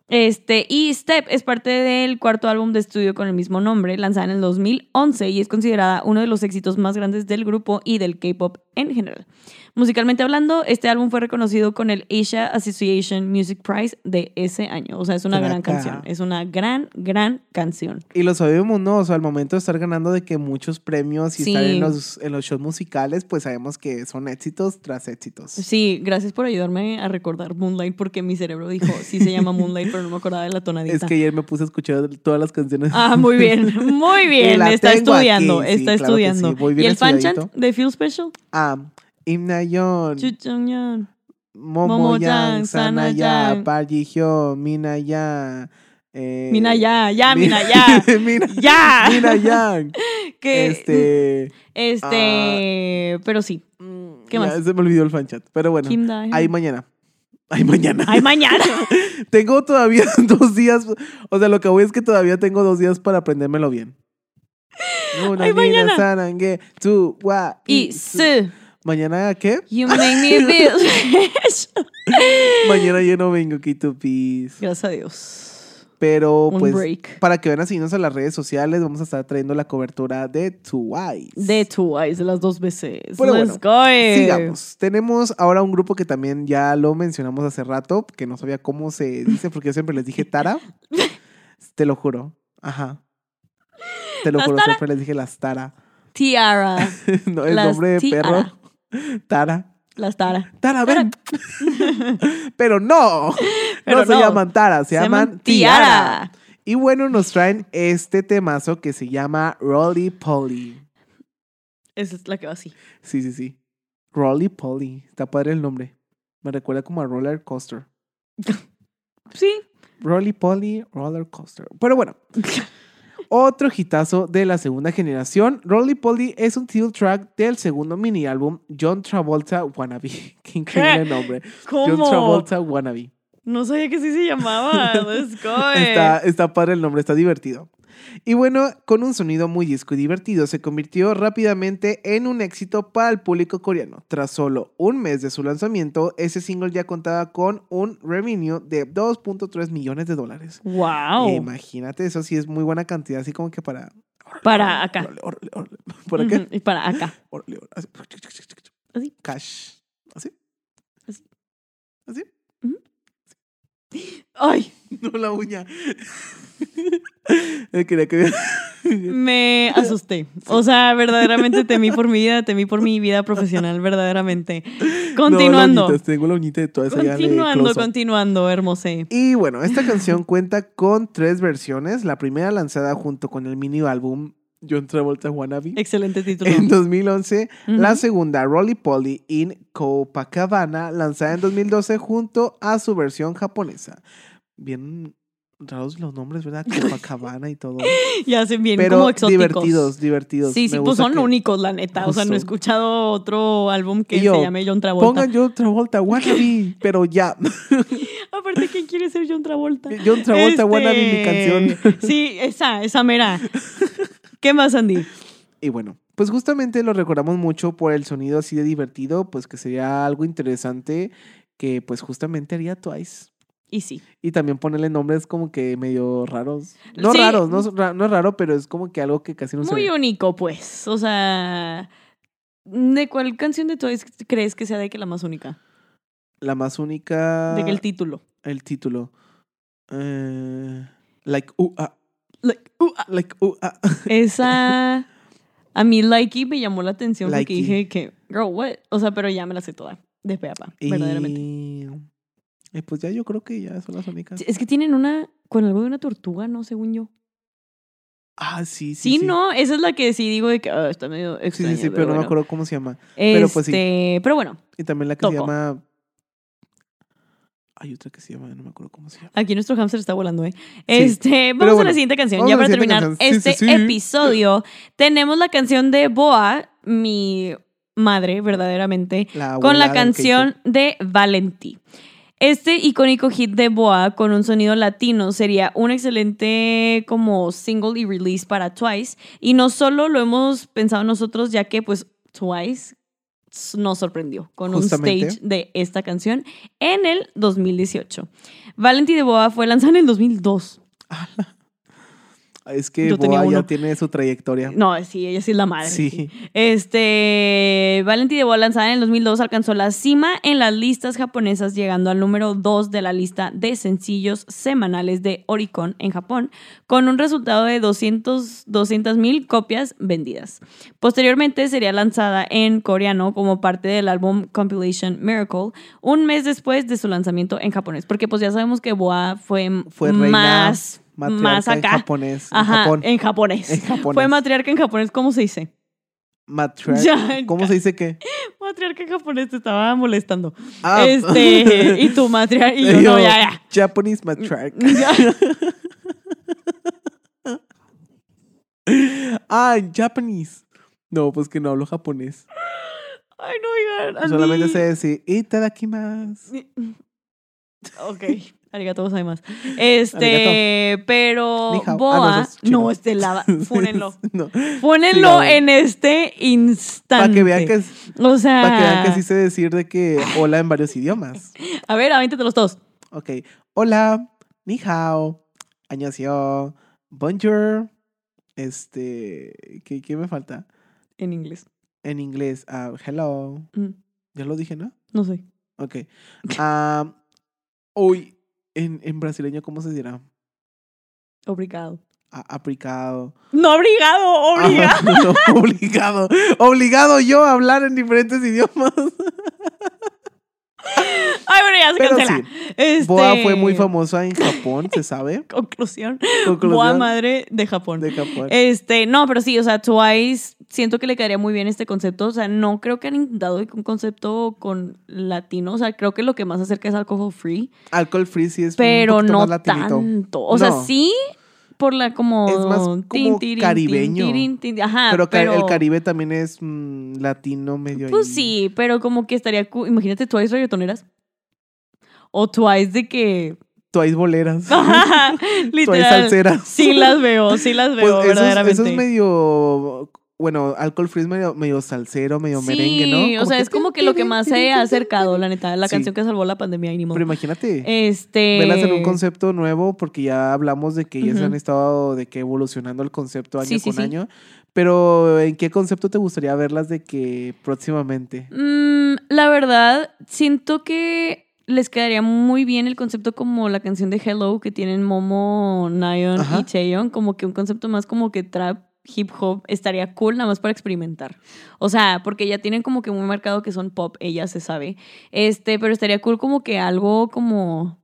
[SPEAKER 1] este. Y Step es parte del cuarto álbum de estudio con el mismo nombre, lanzada en el 2011 y es considerada uno de los éxitos más grandes del grupo y del K-pop en general. Musicalmente hablando, este álbum fue reconocido con el Asia Association Music Prize de ese año. O sea, es una gran
[SPEAKER 2] Traca.
[SPEAKER 1] canción. Es una gran, gran canción.
[SPEAKER 2] Y lo sabemos, ¿no? O sea, al momento de estar ganando de que muchos premios y
[SPEAKER 1] Sí.
[SPEAKER 2] estar en los, en los shows musicales, pues sabemos que son éxitos tras éxitos.
[SPEAKER 1] Pues Sí, gracias por ayudarme a recordar Moonlight porque mi cerebro dijo, sí se llama Moonlight, pero no me acordaba de la tonadita.
[SPEAKER 2] Es que ayer me puse a escuchar todas las canciones.
[SPEAKER 1] Ah, muy bien, muy
[SPEAKER 2] Y
[SPEAKER 1] bien.
[SPEAKER 2] la
[SPEAKER 1] Está
[SPEAKER 2] tengo
[SPEAKER 1] estudiando,
[SPEAKER 2] aquí, sí,
[SPEAKER 1] está
[SPEAKER 2] claro que
[SPEAKER 1] estudiando.
[SPEAKER 2] sí, muy bien
[SPEAKER 1] y el fan
[SPEAKER 2] estudiadito.
[SPEAKER 1] chant de Feel Special.
[SPEAKER 2] Ah, Imnayon,
[SPEAKER 1] Chuchonyan.
[SPEAKER 2] Momoyang,
[SPEAKER 1] Momoyang,
[SPEAKER 2] Sanaya,
[SPEAKER 1] Sanayang.
[SPEAKER 2] Parjihyo, Minaya. Eh,
[SPEAKER 1] Mina ya, ya,
[SPEAKER 2] Mi-
[SPEAKER 1] mina ya.
[SPEAKER 2] Mina-
[SPEAKER 1] Ya.
[SPEAKER 2] Minayang.
[SPEAKER 1] Que, este,
[SPEAKER 2] Este.
[SPEAKER 1] pero sí. mm, ¿Qué
[SPEAKER 2] mm, ya
[SPEAKER 1] más?
[SPEAKER 2] Se me olvidó el fan chat. Pero bueno,
[SPEAKER 1] Kim Dae.
[SPEAKER 2] ahí mañana. Ahí mañana.
[SPEAKER 1] Ay, mañana.
[SPEAKER 2] Tengo todavía dos días. O sea, lo que voy es que todavía tengo dos días para aprendérmelo bien. Una
[SPEAKER 1] Ay,
[SPEAKER 2] nina,
[SPEAKER 1] mañana.
[SPEAKER 2] sarangue, tu, wa,
[SPEAKER 1] Y
[SPEAKER 2] i, su.
[SPEAKER 1] su,
[SPEAKER 2] ¿Mañana qué?
[SPEAKER 1] you make me feel special.
[SPEAKER 2] Mañana yo no vengo, Quito Peace.
[SPEAKER 1] Gracias a Dios.
[SPEAKER 2] Pero
[SPEAKER 1] Un
[SPEAKER 2] pues,
[SPEAKER 1] break.
[SPEAKER 2] para que vean a seguirnos en las redes sociales, vamos a estar trayendo la cobertura de Twice.
[SPEAKER 1] De Twice, las dos veces.
[SPEAKER 2] Pero
[SPEAKER 1] Let's
[SPEAKER 2] bueno,
[SPEAKER 1] go.
[SPEAKER 2] Sigamos. Tenemos ahora un grupo que también ya lo mencionamos hace rato, que no sabía cómo se dice, porque yo siempre les dije Tara. Te lo juro. Ajá. Te lo
[SPEAKER 1] Las
[SPEAKER 2] juro,
[SPEAKER 1] Tara.
[SPEAKER 2] siempre les dije las Tara.
[SPEAKER 1] Tiara.
[SPEAKER 2] No, el
[SPEAKER 1] Las
[SPEAKER 2] nombre de
[SPEAKER 1] Tiara.
[SPEAKER 2] perro. Tara.
[SPEAKER 1] Las Tara.
[SPEAKER 2] Tara, ven. Pero no.
[SPEAKER 1] Pero
[SPEAKER 2] no, se
[SPEAKER 1] no.
[SPEAKER 2] llaman Tara, se, llaman tiara.
[SPEAKER 1] Tiara.
[SPEAKER 2] Y bueno, nos traen este temazo que se llama Rolly Polly.
[SPEAKER 1] Esa es la que va así.
[SPEAKER 2] Sí, sí, sí. Rolly Polly. Está padre el nombre. Me recuerda como a roller coaster.
[SPEAKER 1] Sí.
[SPEAKER 2] Rolly Polly, roller coaster. Pero bueno, Otro hitazo de la segunda generación, Rolly Polly es un title track del segundo mini álbum John Travolta Wannabe. Qué increíble nombre. John
[SPEAKER 1] ¿Cómo?
[SPEAKER 2] Travolta Wannabe.
[SPEAKER 1] No sabía que sí se llamaba. Let's go. eh.
[SPEAKER 2] Está, está padre el nombre, está divertido. Y bueno, con un sonido muy disco y divertido, se convirtió rápidamente en un éxito para el público coreano. Tras solo un mes de su lanzamiento, ese single ya contaba con un revenue de 2.3 millones de dólares.
[SPEAKER 1] Wow.
[SPEAKER 2] Imagínate, eso sí es muy buena cantidad, así como que para...
[SPEAKER 1] Para acá.
[SPEAKER 2] Órale, órale, órale. ¿Por acá?
[SPEAKER 1] Ujú, y para acá.
[SPEAKER 2] Órale, órale, así.
[SPEAKER 1] Así.
[SPEAKER 2] Cash. Así.
[SPEAKER 1] Así.
[SPEAKER 2] Así.
[SPEAKER 1] Ay,
[SPEAKER 2] No la uña. Quería que...
[SPEAKER 1] me asusté. O sea, verdaderamente temí por mi vida, temí por mi vida profesional, verdaderamente. Continuando.
[SPEAKER 2] No, la uñita, tengo la uñita de toda esa ya de
[SPEAKER 1] continuando,
[SPEAKER 2] close-up.
[SPEAKER 1] continuando, hermosé.
[SPEAKER 2] Y bueno, esta canción cuenta con tres versiones. La primera lanzada junto con el mini álbum John Travolta Wannabe
[SPEAKER 1] Excelente título.
[SPEAKER 2] en 2011.
[SPEAKER 1] Ujú.
[SPEAKER 2] La segunda, Rolly Polly in Copacabana, lanzada en 2012 junto a su versión japonesa. Bien raros los nombres, ¿verdad? Copacabana y todo.
[SPEAKER 1] Y hacen bien
[SPEAKER 2] Pero
[SPEAKER 1] como exóticos.
[SPEAKER 2] divertidos, divertidos.
[SPEAKER 1] Sí, sí,
[SPEAKER 2] Me
[SPEAKER 1] pues
[SPEAKER 2] gusta
[SPEAKER 1] son
[SPEAKER 2] que
[SPEAKER 1] únicos, la neta. O sea, no he
[SPEAKER 2] Justo.
[SPEAKER 1] escuchado otro álbum que
[SPEAKER 2] Y yo,
[SPEAKER 1] se llame John Travolta.
[SPEAKER 2] Pongan John Travolta Wannabe, pero ya.
[SPEAKER 1] Aparte, ¿quién quiere ser John Travolta?
[SPEAKER 2] John Travolta
[SPEAKER 1] Este,
[SPEAKER 2] Wannabe, mi canción.
[SPEAKER 1] Sí, esa, esa mera. ¿Qué más, Andy?
[SPEAKER 2] Y bueno, pues justamente lo recordamos mucho por el sonido así de divertido, pues que sería algo interesante que pues justamente haría Twice.
[SPEAKER 1] Y sí.
[SPEAKER 2] Y también ponerle nombres como que medio raros. No
[SPEAKER 1] Sí.
[SPEAKER 2] raros, no, es ra- no es raro, pero es como que algo que casi no se
[SPEAKER 1] Muy
[SPEAKER 2] ve.
[SPEAKER 1] único, pues. O sea, ¿de cuál canción de todas crees que sea de que la más única?
[SPEAKER 2] La más única...
[SPEAKER 1] De que el título.
[SPEAKER 2] el título. Eh, like, uh, ah,
[SPEAKER 1] Like, uh, ah.
[SPEAKER 2] like, uh, ah.
[SPEAKER 1] Esa. A mí, Likey me llamó la atención
[SPEAKER 2] Likey.
[SPEAKER 1] porque dije que, girl, what? O sea, pero ya me la sé toda. De pe a pa, verdaderamente.
[SPEAKER 2] Y... y pues ya yo creo que ya son las únicas.
[SPEAKER 1] Es que tienen una. Con algo de una tortuga, ¿no? Según yo.
[SPEAKER 2] Ah, sí, sí.
[SPEAKER 1] Sí, no, esa es la que sí digo de que ah, está medio
[SPEAKER 2] Sí,
[SPEAKER 1] extraña.
[SPEAKER 2] sí, sí, pero no me acuerdo cómo se llama.
[SPEAKER 1] Pero,
[SPEAKER 2] pero
[SPEAKER 1] pues
[SPEAKER 2] pues sí.
[SPEAKER 1] pero bueno,
[SPEAKER 2] Y también la que se
[SPEAKER 1] Toco.
[SPEAKER 2] llama. Hay otra que se llama, no me acuerdo cómo se llama. aquí
[SPEAKER 1] aquí nuestro hamster está volando, ¿eh? Este, vamos a la
[SPEAKER 2] bueno,
[SPEAKER 1] siguiente canción.
[SPEAKER 2] vamos
[SPEAKER 1] Ya
[SPEAKER 2] a la
[SPEAKER 1] para
[SPEAKER 2] siguiente
[SPEAKER 1] terminar
[SPEAKER 2] canción. Sí,
[SPEAKER 1] este
[SPEAKER 2] sí, sí.
[SPEAKER 1] episodio, tenemos la canción de Boa, mi madre, verdaderamente, con la canción de Valentí. Este icónico hit de Boa con un sonido latino sería un excelente como single y release para Twice. Y no solo lo hemos pensado nosotros, ya que pues Twice s- nos sorprendió con
[SPEAKER 2] Justamente.
[SPEAKER 1] un stage de esta canción en el 2018. Valentí de Boa fue lanzada en el 2002.
[SPEAKER 2] Es que
[SPEAKER 1] Yo tenía
[SPEAKER 2] Boa ya
[SPEAKER 1] uno.
[SPEAKER 2] tiene su trayectoria.
[SPEAKER 1] No, sí, ella sí es la madre.
[SPEAKER 2] sí.
[SPEAKER 1] Este, Valentí de Boa, lanzada en el 2002, alcanzó la cima en las listas japonesas, llegando al número 2 de la lista de sencillos semanales de Oricon en Japón, con un resultado de 200 mil copias vendidas. Posteriormente sería lanzada en coreano como parte del álbum Compilation Miracle, un mes después de su lanzamiento en japonés, porque pues ya sabemos que Boa fue,
[SPEAKER 2] Fue reina
[SPEAKER 1] más,
[SPEAKER 2] matriarca
[SPEAKER 1] más
[SPEAKER 2] en
[SPEAKER 1] acá.
[SPEAKER 2] japonés.
[SPEAKER 1] Ajá,
[SPEAKER 2] en Japón.
[SPEAKER 1] en japonés.
[SPEAKER 2] En japonés.
[SPEAKER 1] Fue matriarca en japonés, ¿cómo se dice?
[SPEAKER 2] Matriarca.
[SPEAKER 1] Ya,
[SPEAKER 2] ¿Cómo se dice que?
[SPEAKER 1] Matriarca en japonés te estaba molestando.
[SPEAKER 2] Ah.
[SPEAKER 1] Este, y tu matriarca, y yo,
[SPEAKER 2] Yo,
[SPEAKER 1] no, ya,
[SPEAKER 2] Japanese matriarch.
[SPEAKER 1] ya. Ya.
[SPEAKER 2] Ah, Japanese. No, pues que no hablo japonés.
[SPEAKER 1] Ay, no, oigan. Andy.
[SPEAKER 2] Solamente sé decir itadakimasu.
[SPEAKER 1] Ok, arigato además. Este, pero
[SPEAKER 2] Ni hao. Ah, no,
[SPEAKER 1] Boa,
[SPEAKER 2] eso es chino.
[SPEAKER 1] no, este lava, fúnenlo.
[SPEAKER 2] no.
[SPEAKER 1] Fúnenlo
[SPEAKER 2] Sí, la-
[SPEAKER 1] en este instante.
[SPEAKER 2] Para que vean que,
[SPEAKER 1] o sea,
[SPEAKER 2] para que vean que sí sé decir de que hola en varios idiomas.
[SPEAKER 1] a ver, avéntatelos todos.
[SPEAKER 2] Ok. Hola, ni hao, añasio, bonjour. Este, ¿qué, qué me falta?
[SPEAKER 1] En inglés.
[SPEAKER 2] En inglés, ah, hello.
[SPEAKER 1] Mm,
[SPEAKER 2] Ya lo dije, ¿no?
[SPEAKER 1] No sé.
[SPEAKER 2] Ok. Ah, uy, en, en brasileño, ¿cómo se dirá?
[SPEAKER 1] Obrigado.
[SPEAKER 2] A- aplicado.
[SPEAKER 1] No, obrigado, obrigado.
[SPEAKER 2] Ah, no, obligado. Obligado yo a hablar en diferentes idiomas.
[SPEAKER 1] Ay, bueno, ya se
[SPEAKER 2] Pero
[SPEAKER 1] cancela.
[SPEAKER 2] sí,
[SPEAKER 1] Este,
[SPEAKER 2] Boa fue muy famosa en Japón, se sabe.
[SPEAKER 1] Conclusión. Boa
[SPEAKER 2] Conclusión
[SPEAKER 1] madre de Japón.
[SPEAKER 2] de Japón.
[SPEAKER 1] Este, no, pero sí, o sea, Twice siento que le quedaría muy bien este concepto. O sea, no creo que han intentado un concepto con latino. O sea, creo que lo que más se acerca es alcohol free,
[SPEAKER 2] Alcohol free sí es un
[SPEAKER 1] pero
[SPEAKER 2] poquito
[SPEAKER 1] no
[SPEAKER 2] más latinito.
[SPEAKER 1] tanto. O sea,
[SPEAKER 2] No.
[SPEAKER 1] sí, por la como...
[SPEAKER 2] Es más como caribeño.
[SPEAKER 1] ajá,
[SPEAKER 2] pero,
[SPEAKER 1] Ah, pero,
[SPEAKER 2] ca- el Caribe también es mm, latino medio
[SPEAKER 1] Pues
[SPEAKER 2] ahí.
[SPEAKER 1] sí, pero como que estaría... cu- Imagínate Twice reggaetoneras. O Twice de que...
[SPEAKER 2] Twice boleras. Twice
[SPEAKER 1] Literal.
[SPEAKER 2] salseras.
[SPEAKER 1] Sí las veo, sí las
[SPEAKER 2] Pues
[SPEAKER 1] veo,
[SPEAKER 2] eso es-
[SPEAKER 1] verdaderamente.
[SPEAKER 2] Eso es medio. Bueno, alcohol free es medio, medio salsero, medio merengue, ¿no?
[SPEAKER 1] Sí, o sea, es como que lo que más se ha acercado, la neta. La
[SPEAKER 2] Sí.
[SPEAKER 1] canción que salvó la pandemia, y ni modo.
[SPEAKER 2] Pero imagínate.
[SPEAKER 1] Este.
[SPEAKER 2] Velas en un concepto nuevo, porque ya hablamos de que ya se
[SPEAKER 1] Ujú.
[SPEAKER 2] han estado de que evolucionando el concepto año
[SPEAKER 1] Sí, sí,
[SPEAKER 2] con
[SPEAKER 1] sí.
[SPEAKER 2] año. Pero, ¿en qué concepto te gustaría verlas de que próximamente?
[SPEAKER 1] Mm, la verdad, siento que les quedaría muy bien el concepto como la canción de Hello que tienen Momo, Nayeon
[SPEAKER 2] Ajá.
[SPEAKER 1] y Chaeyoung, como que un concepto más como que trap, hip hop, estaría cool nada más para experimentar. O sea, porque ya tienen como que muy marcado que son pop, ella se sabe. Este, pero estaría cool como que algo como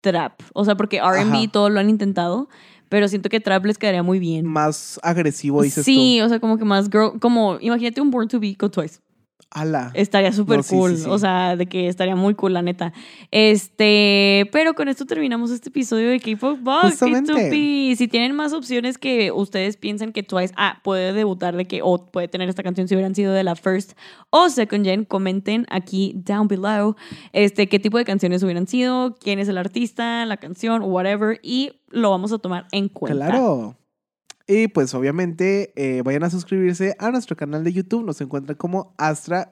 [SPEAKER 1] trap, o sea, porque
[SPEAKER 2] Ajá.
[SPEAKER 1] R&B todo lo han intentado, pero siento que trap les quedaría muy bien.
[SPEAKER 2] Más agresivo, dices
[SPEAKER 1] Sí, o sea, como que más girl, como imagínate un Born to Be con Twice.
[SPEAKER 2] tú. Ala.
[SPEAKER 1] Estaría súper
[SPEAKER 2] No, sí,
[SPEAKER 1] cool.
[SPEAKER 2] sí, sí.
[SPEAKER 1] O sea, de que estaría muy cool, la neta. Este, pero con esto terminamos este episodio de K-Pop Box. qué
[SPEAKER 2] Justamente.
[SPEAKER 1] tupi. Si tienen más opciones que ustedes piensan que Twice ah, puede debutar de que o puede tener esta canción si hubieran sido de la first o second gen, comenten aquí down below este qué tipo de canciones hubieran sido, quién es el artista, la canción, whatever y lo vamos a tomar en cuenta.
[SPEAKER 2] Claro. Y pues obviamente eh, vayan a suscribirse a nuestro canal de YouTube, nos encuentran como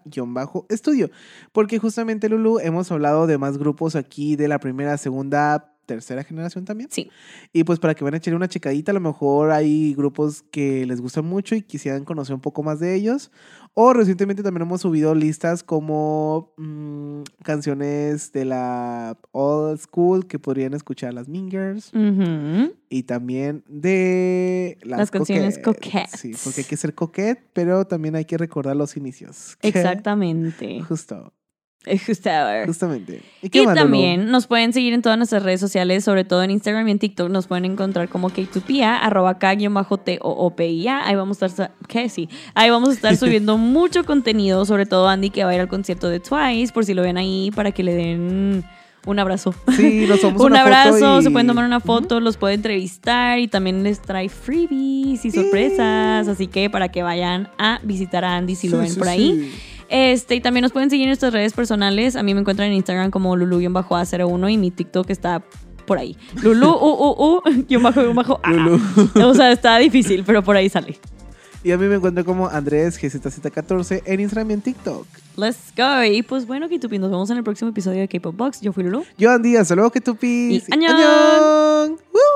[SPEAKER 2] Astra-Estudio, porque justamente Lulu hemos hablado de más grupos aquí de la primera, segunda, tercera generación también.
[SPEAKER 1] Sí.
[SPEAKER 2] Y pues para que vayan a echarle una checadita, a lo mejor hay grupos que les gustan mucho y quisieran conocer un poco más de ellos. O recientemente también hemos subido listas como mm, canciones de la old school que podrían escuchar las Mingers
[SPEAKER 1] Ujú.
[SPEAKER 2] y también de
[SPEAKER 1] Las canciones coquettes.
[SPEAKER 2] Sí, porque hay que ser coquette, pero también hay que recordar los inicios. Que-
[SPEAKER 1] Exactamente. Eh,
[SPEAKER 2] Justo,
[SPEAKER 1] Justo.
[SPEAKER 2] justamente. ¿Y, qué
[SPEAKER 1] Y
[SPEAKER 2] más, Lulu?
[SPEAKER 1] también nos pueden seguir en todas nuestras redes sociales, sobre todo en Instagram y en TikTok. Nos pueden encontrar como K2PIA, arroba K-T-O-O-P-I-A. Ahí vamos a estar, sa- ¿qué? Sí. Ahí vamos a estar subiendo mucho contenido, sobre todo Andy que va a ir al concierto de Twice, por si lo ven ahí, para que le den un abrazo.
[SPEAKER 2] Sí, nos tomamos
[SPEAKER 1] un
[SPEAKER 2] una foto
[SPEAKER 1] abrazo,
[SPEAKER 2] y-
[SPEAKER 1] se pueden tomar una foto, los puede entrevistar y también les trae freebies y sorpresas. Así que para que vayan a visitar a Andy si lo
[SPEAKER 2] Sí,
[SPEAKER 1] ven
[SPEAKER 2] sí,
[SPEAKER 1] por ahí.
[SPEAKER 2] sí.
[SPEAKER 1] Este, y también nos pueden seguir en nuestras redes personales. A mí me encuentran en Instagram como lulu-a01 y mi TikTok está por ahí. Lulu, u, u, u, guión bajo, guión bajo, a.
[SPEAKER 2] Lulu.
[SPEAKER 1] O sea, está difícil, pero por ahí sale.
[SPEAKER 2] Y a mí me encuentro como Andrés GZZ14 en Instagram y en TikTok.
[SPEAKER 1] Let's go. Y pues bueno, Kitupi, nos vemos en el próximo episodio de K-Pop Box. Yo fui Lulu.
[SPEAKER 2] Yo, Andy, hasta luego, que tú pis.
[SPEAKER 1] Y añón.
[SPEAKER 2] ¡Añón! ¡Woo!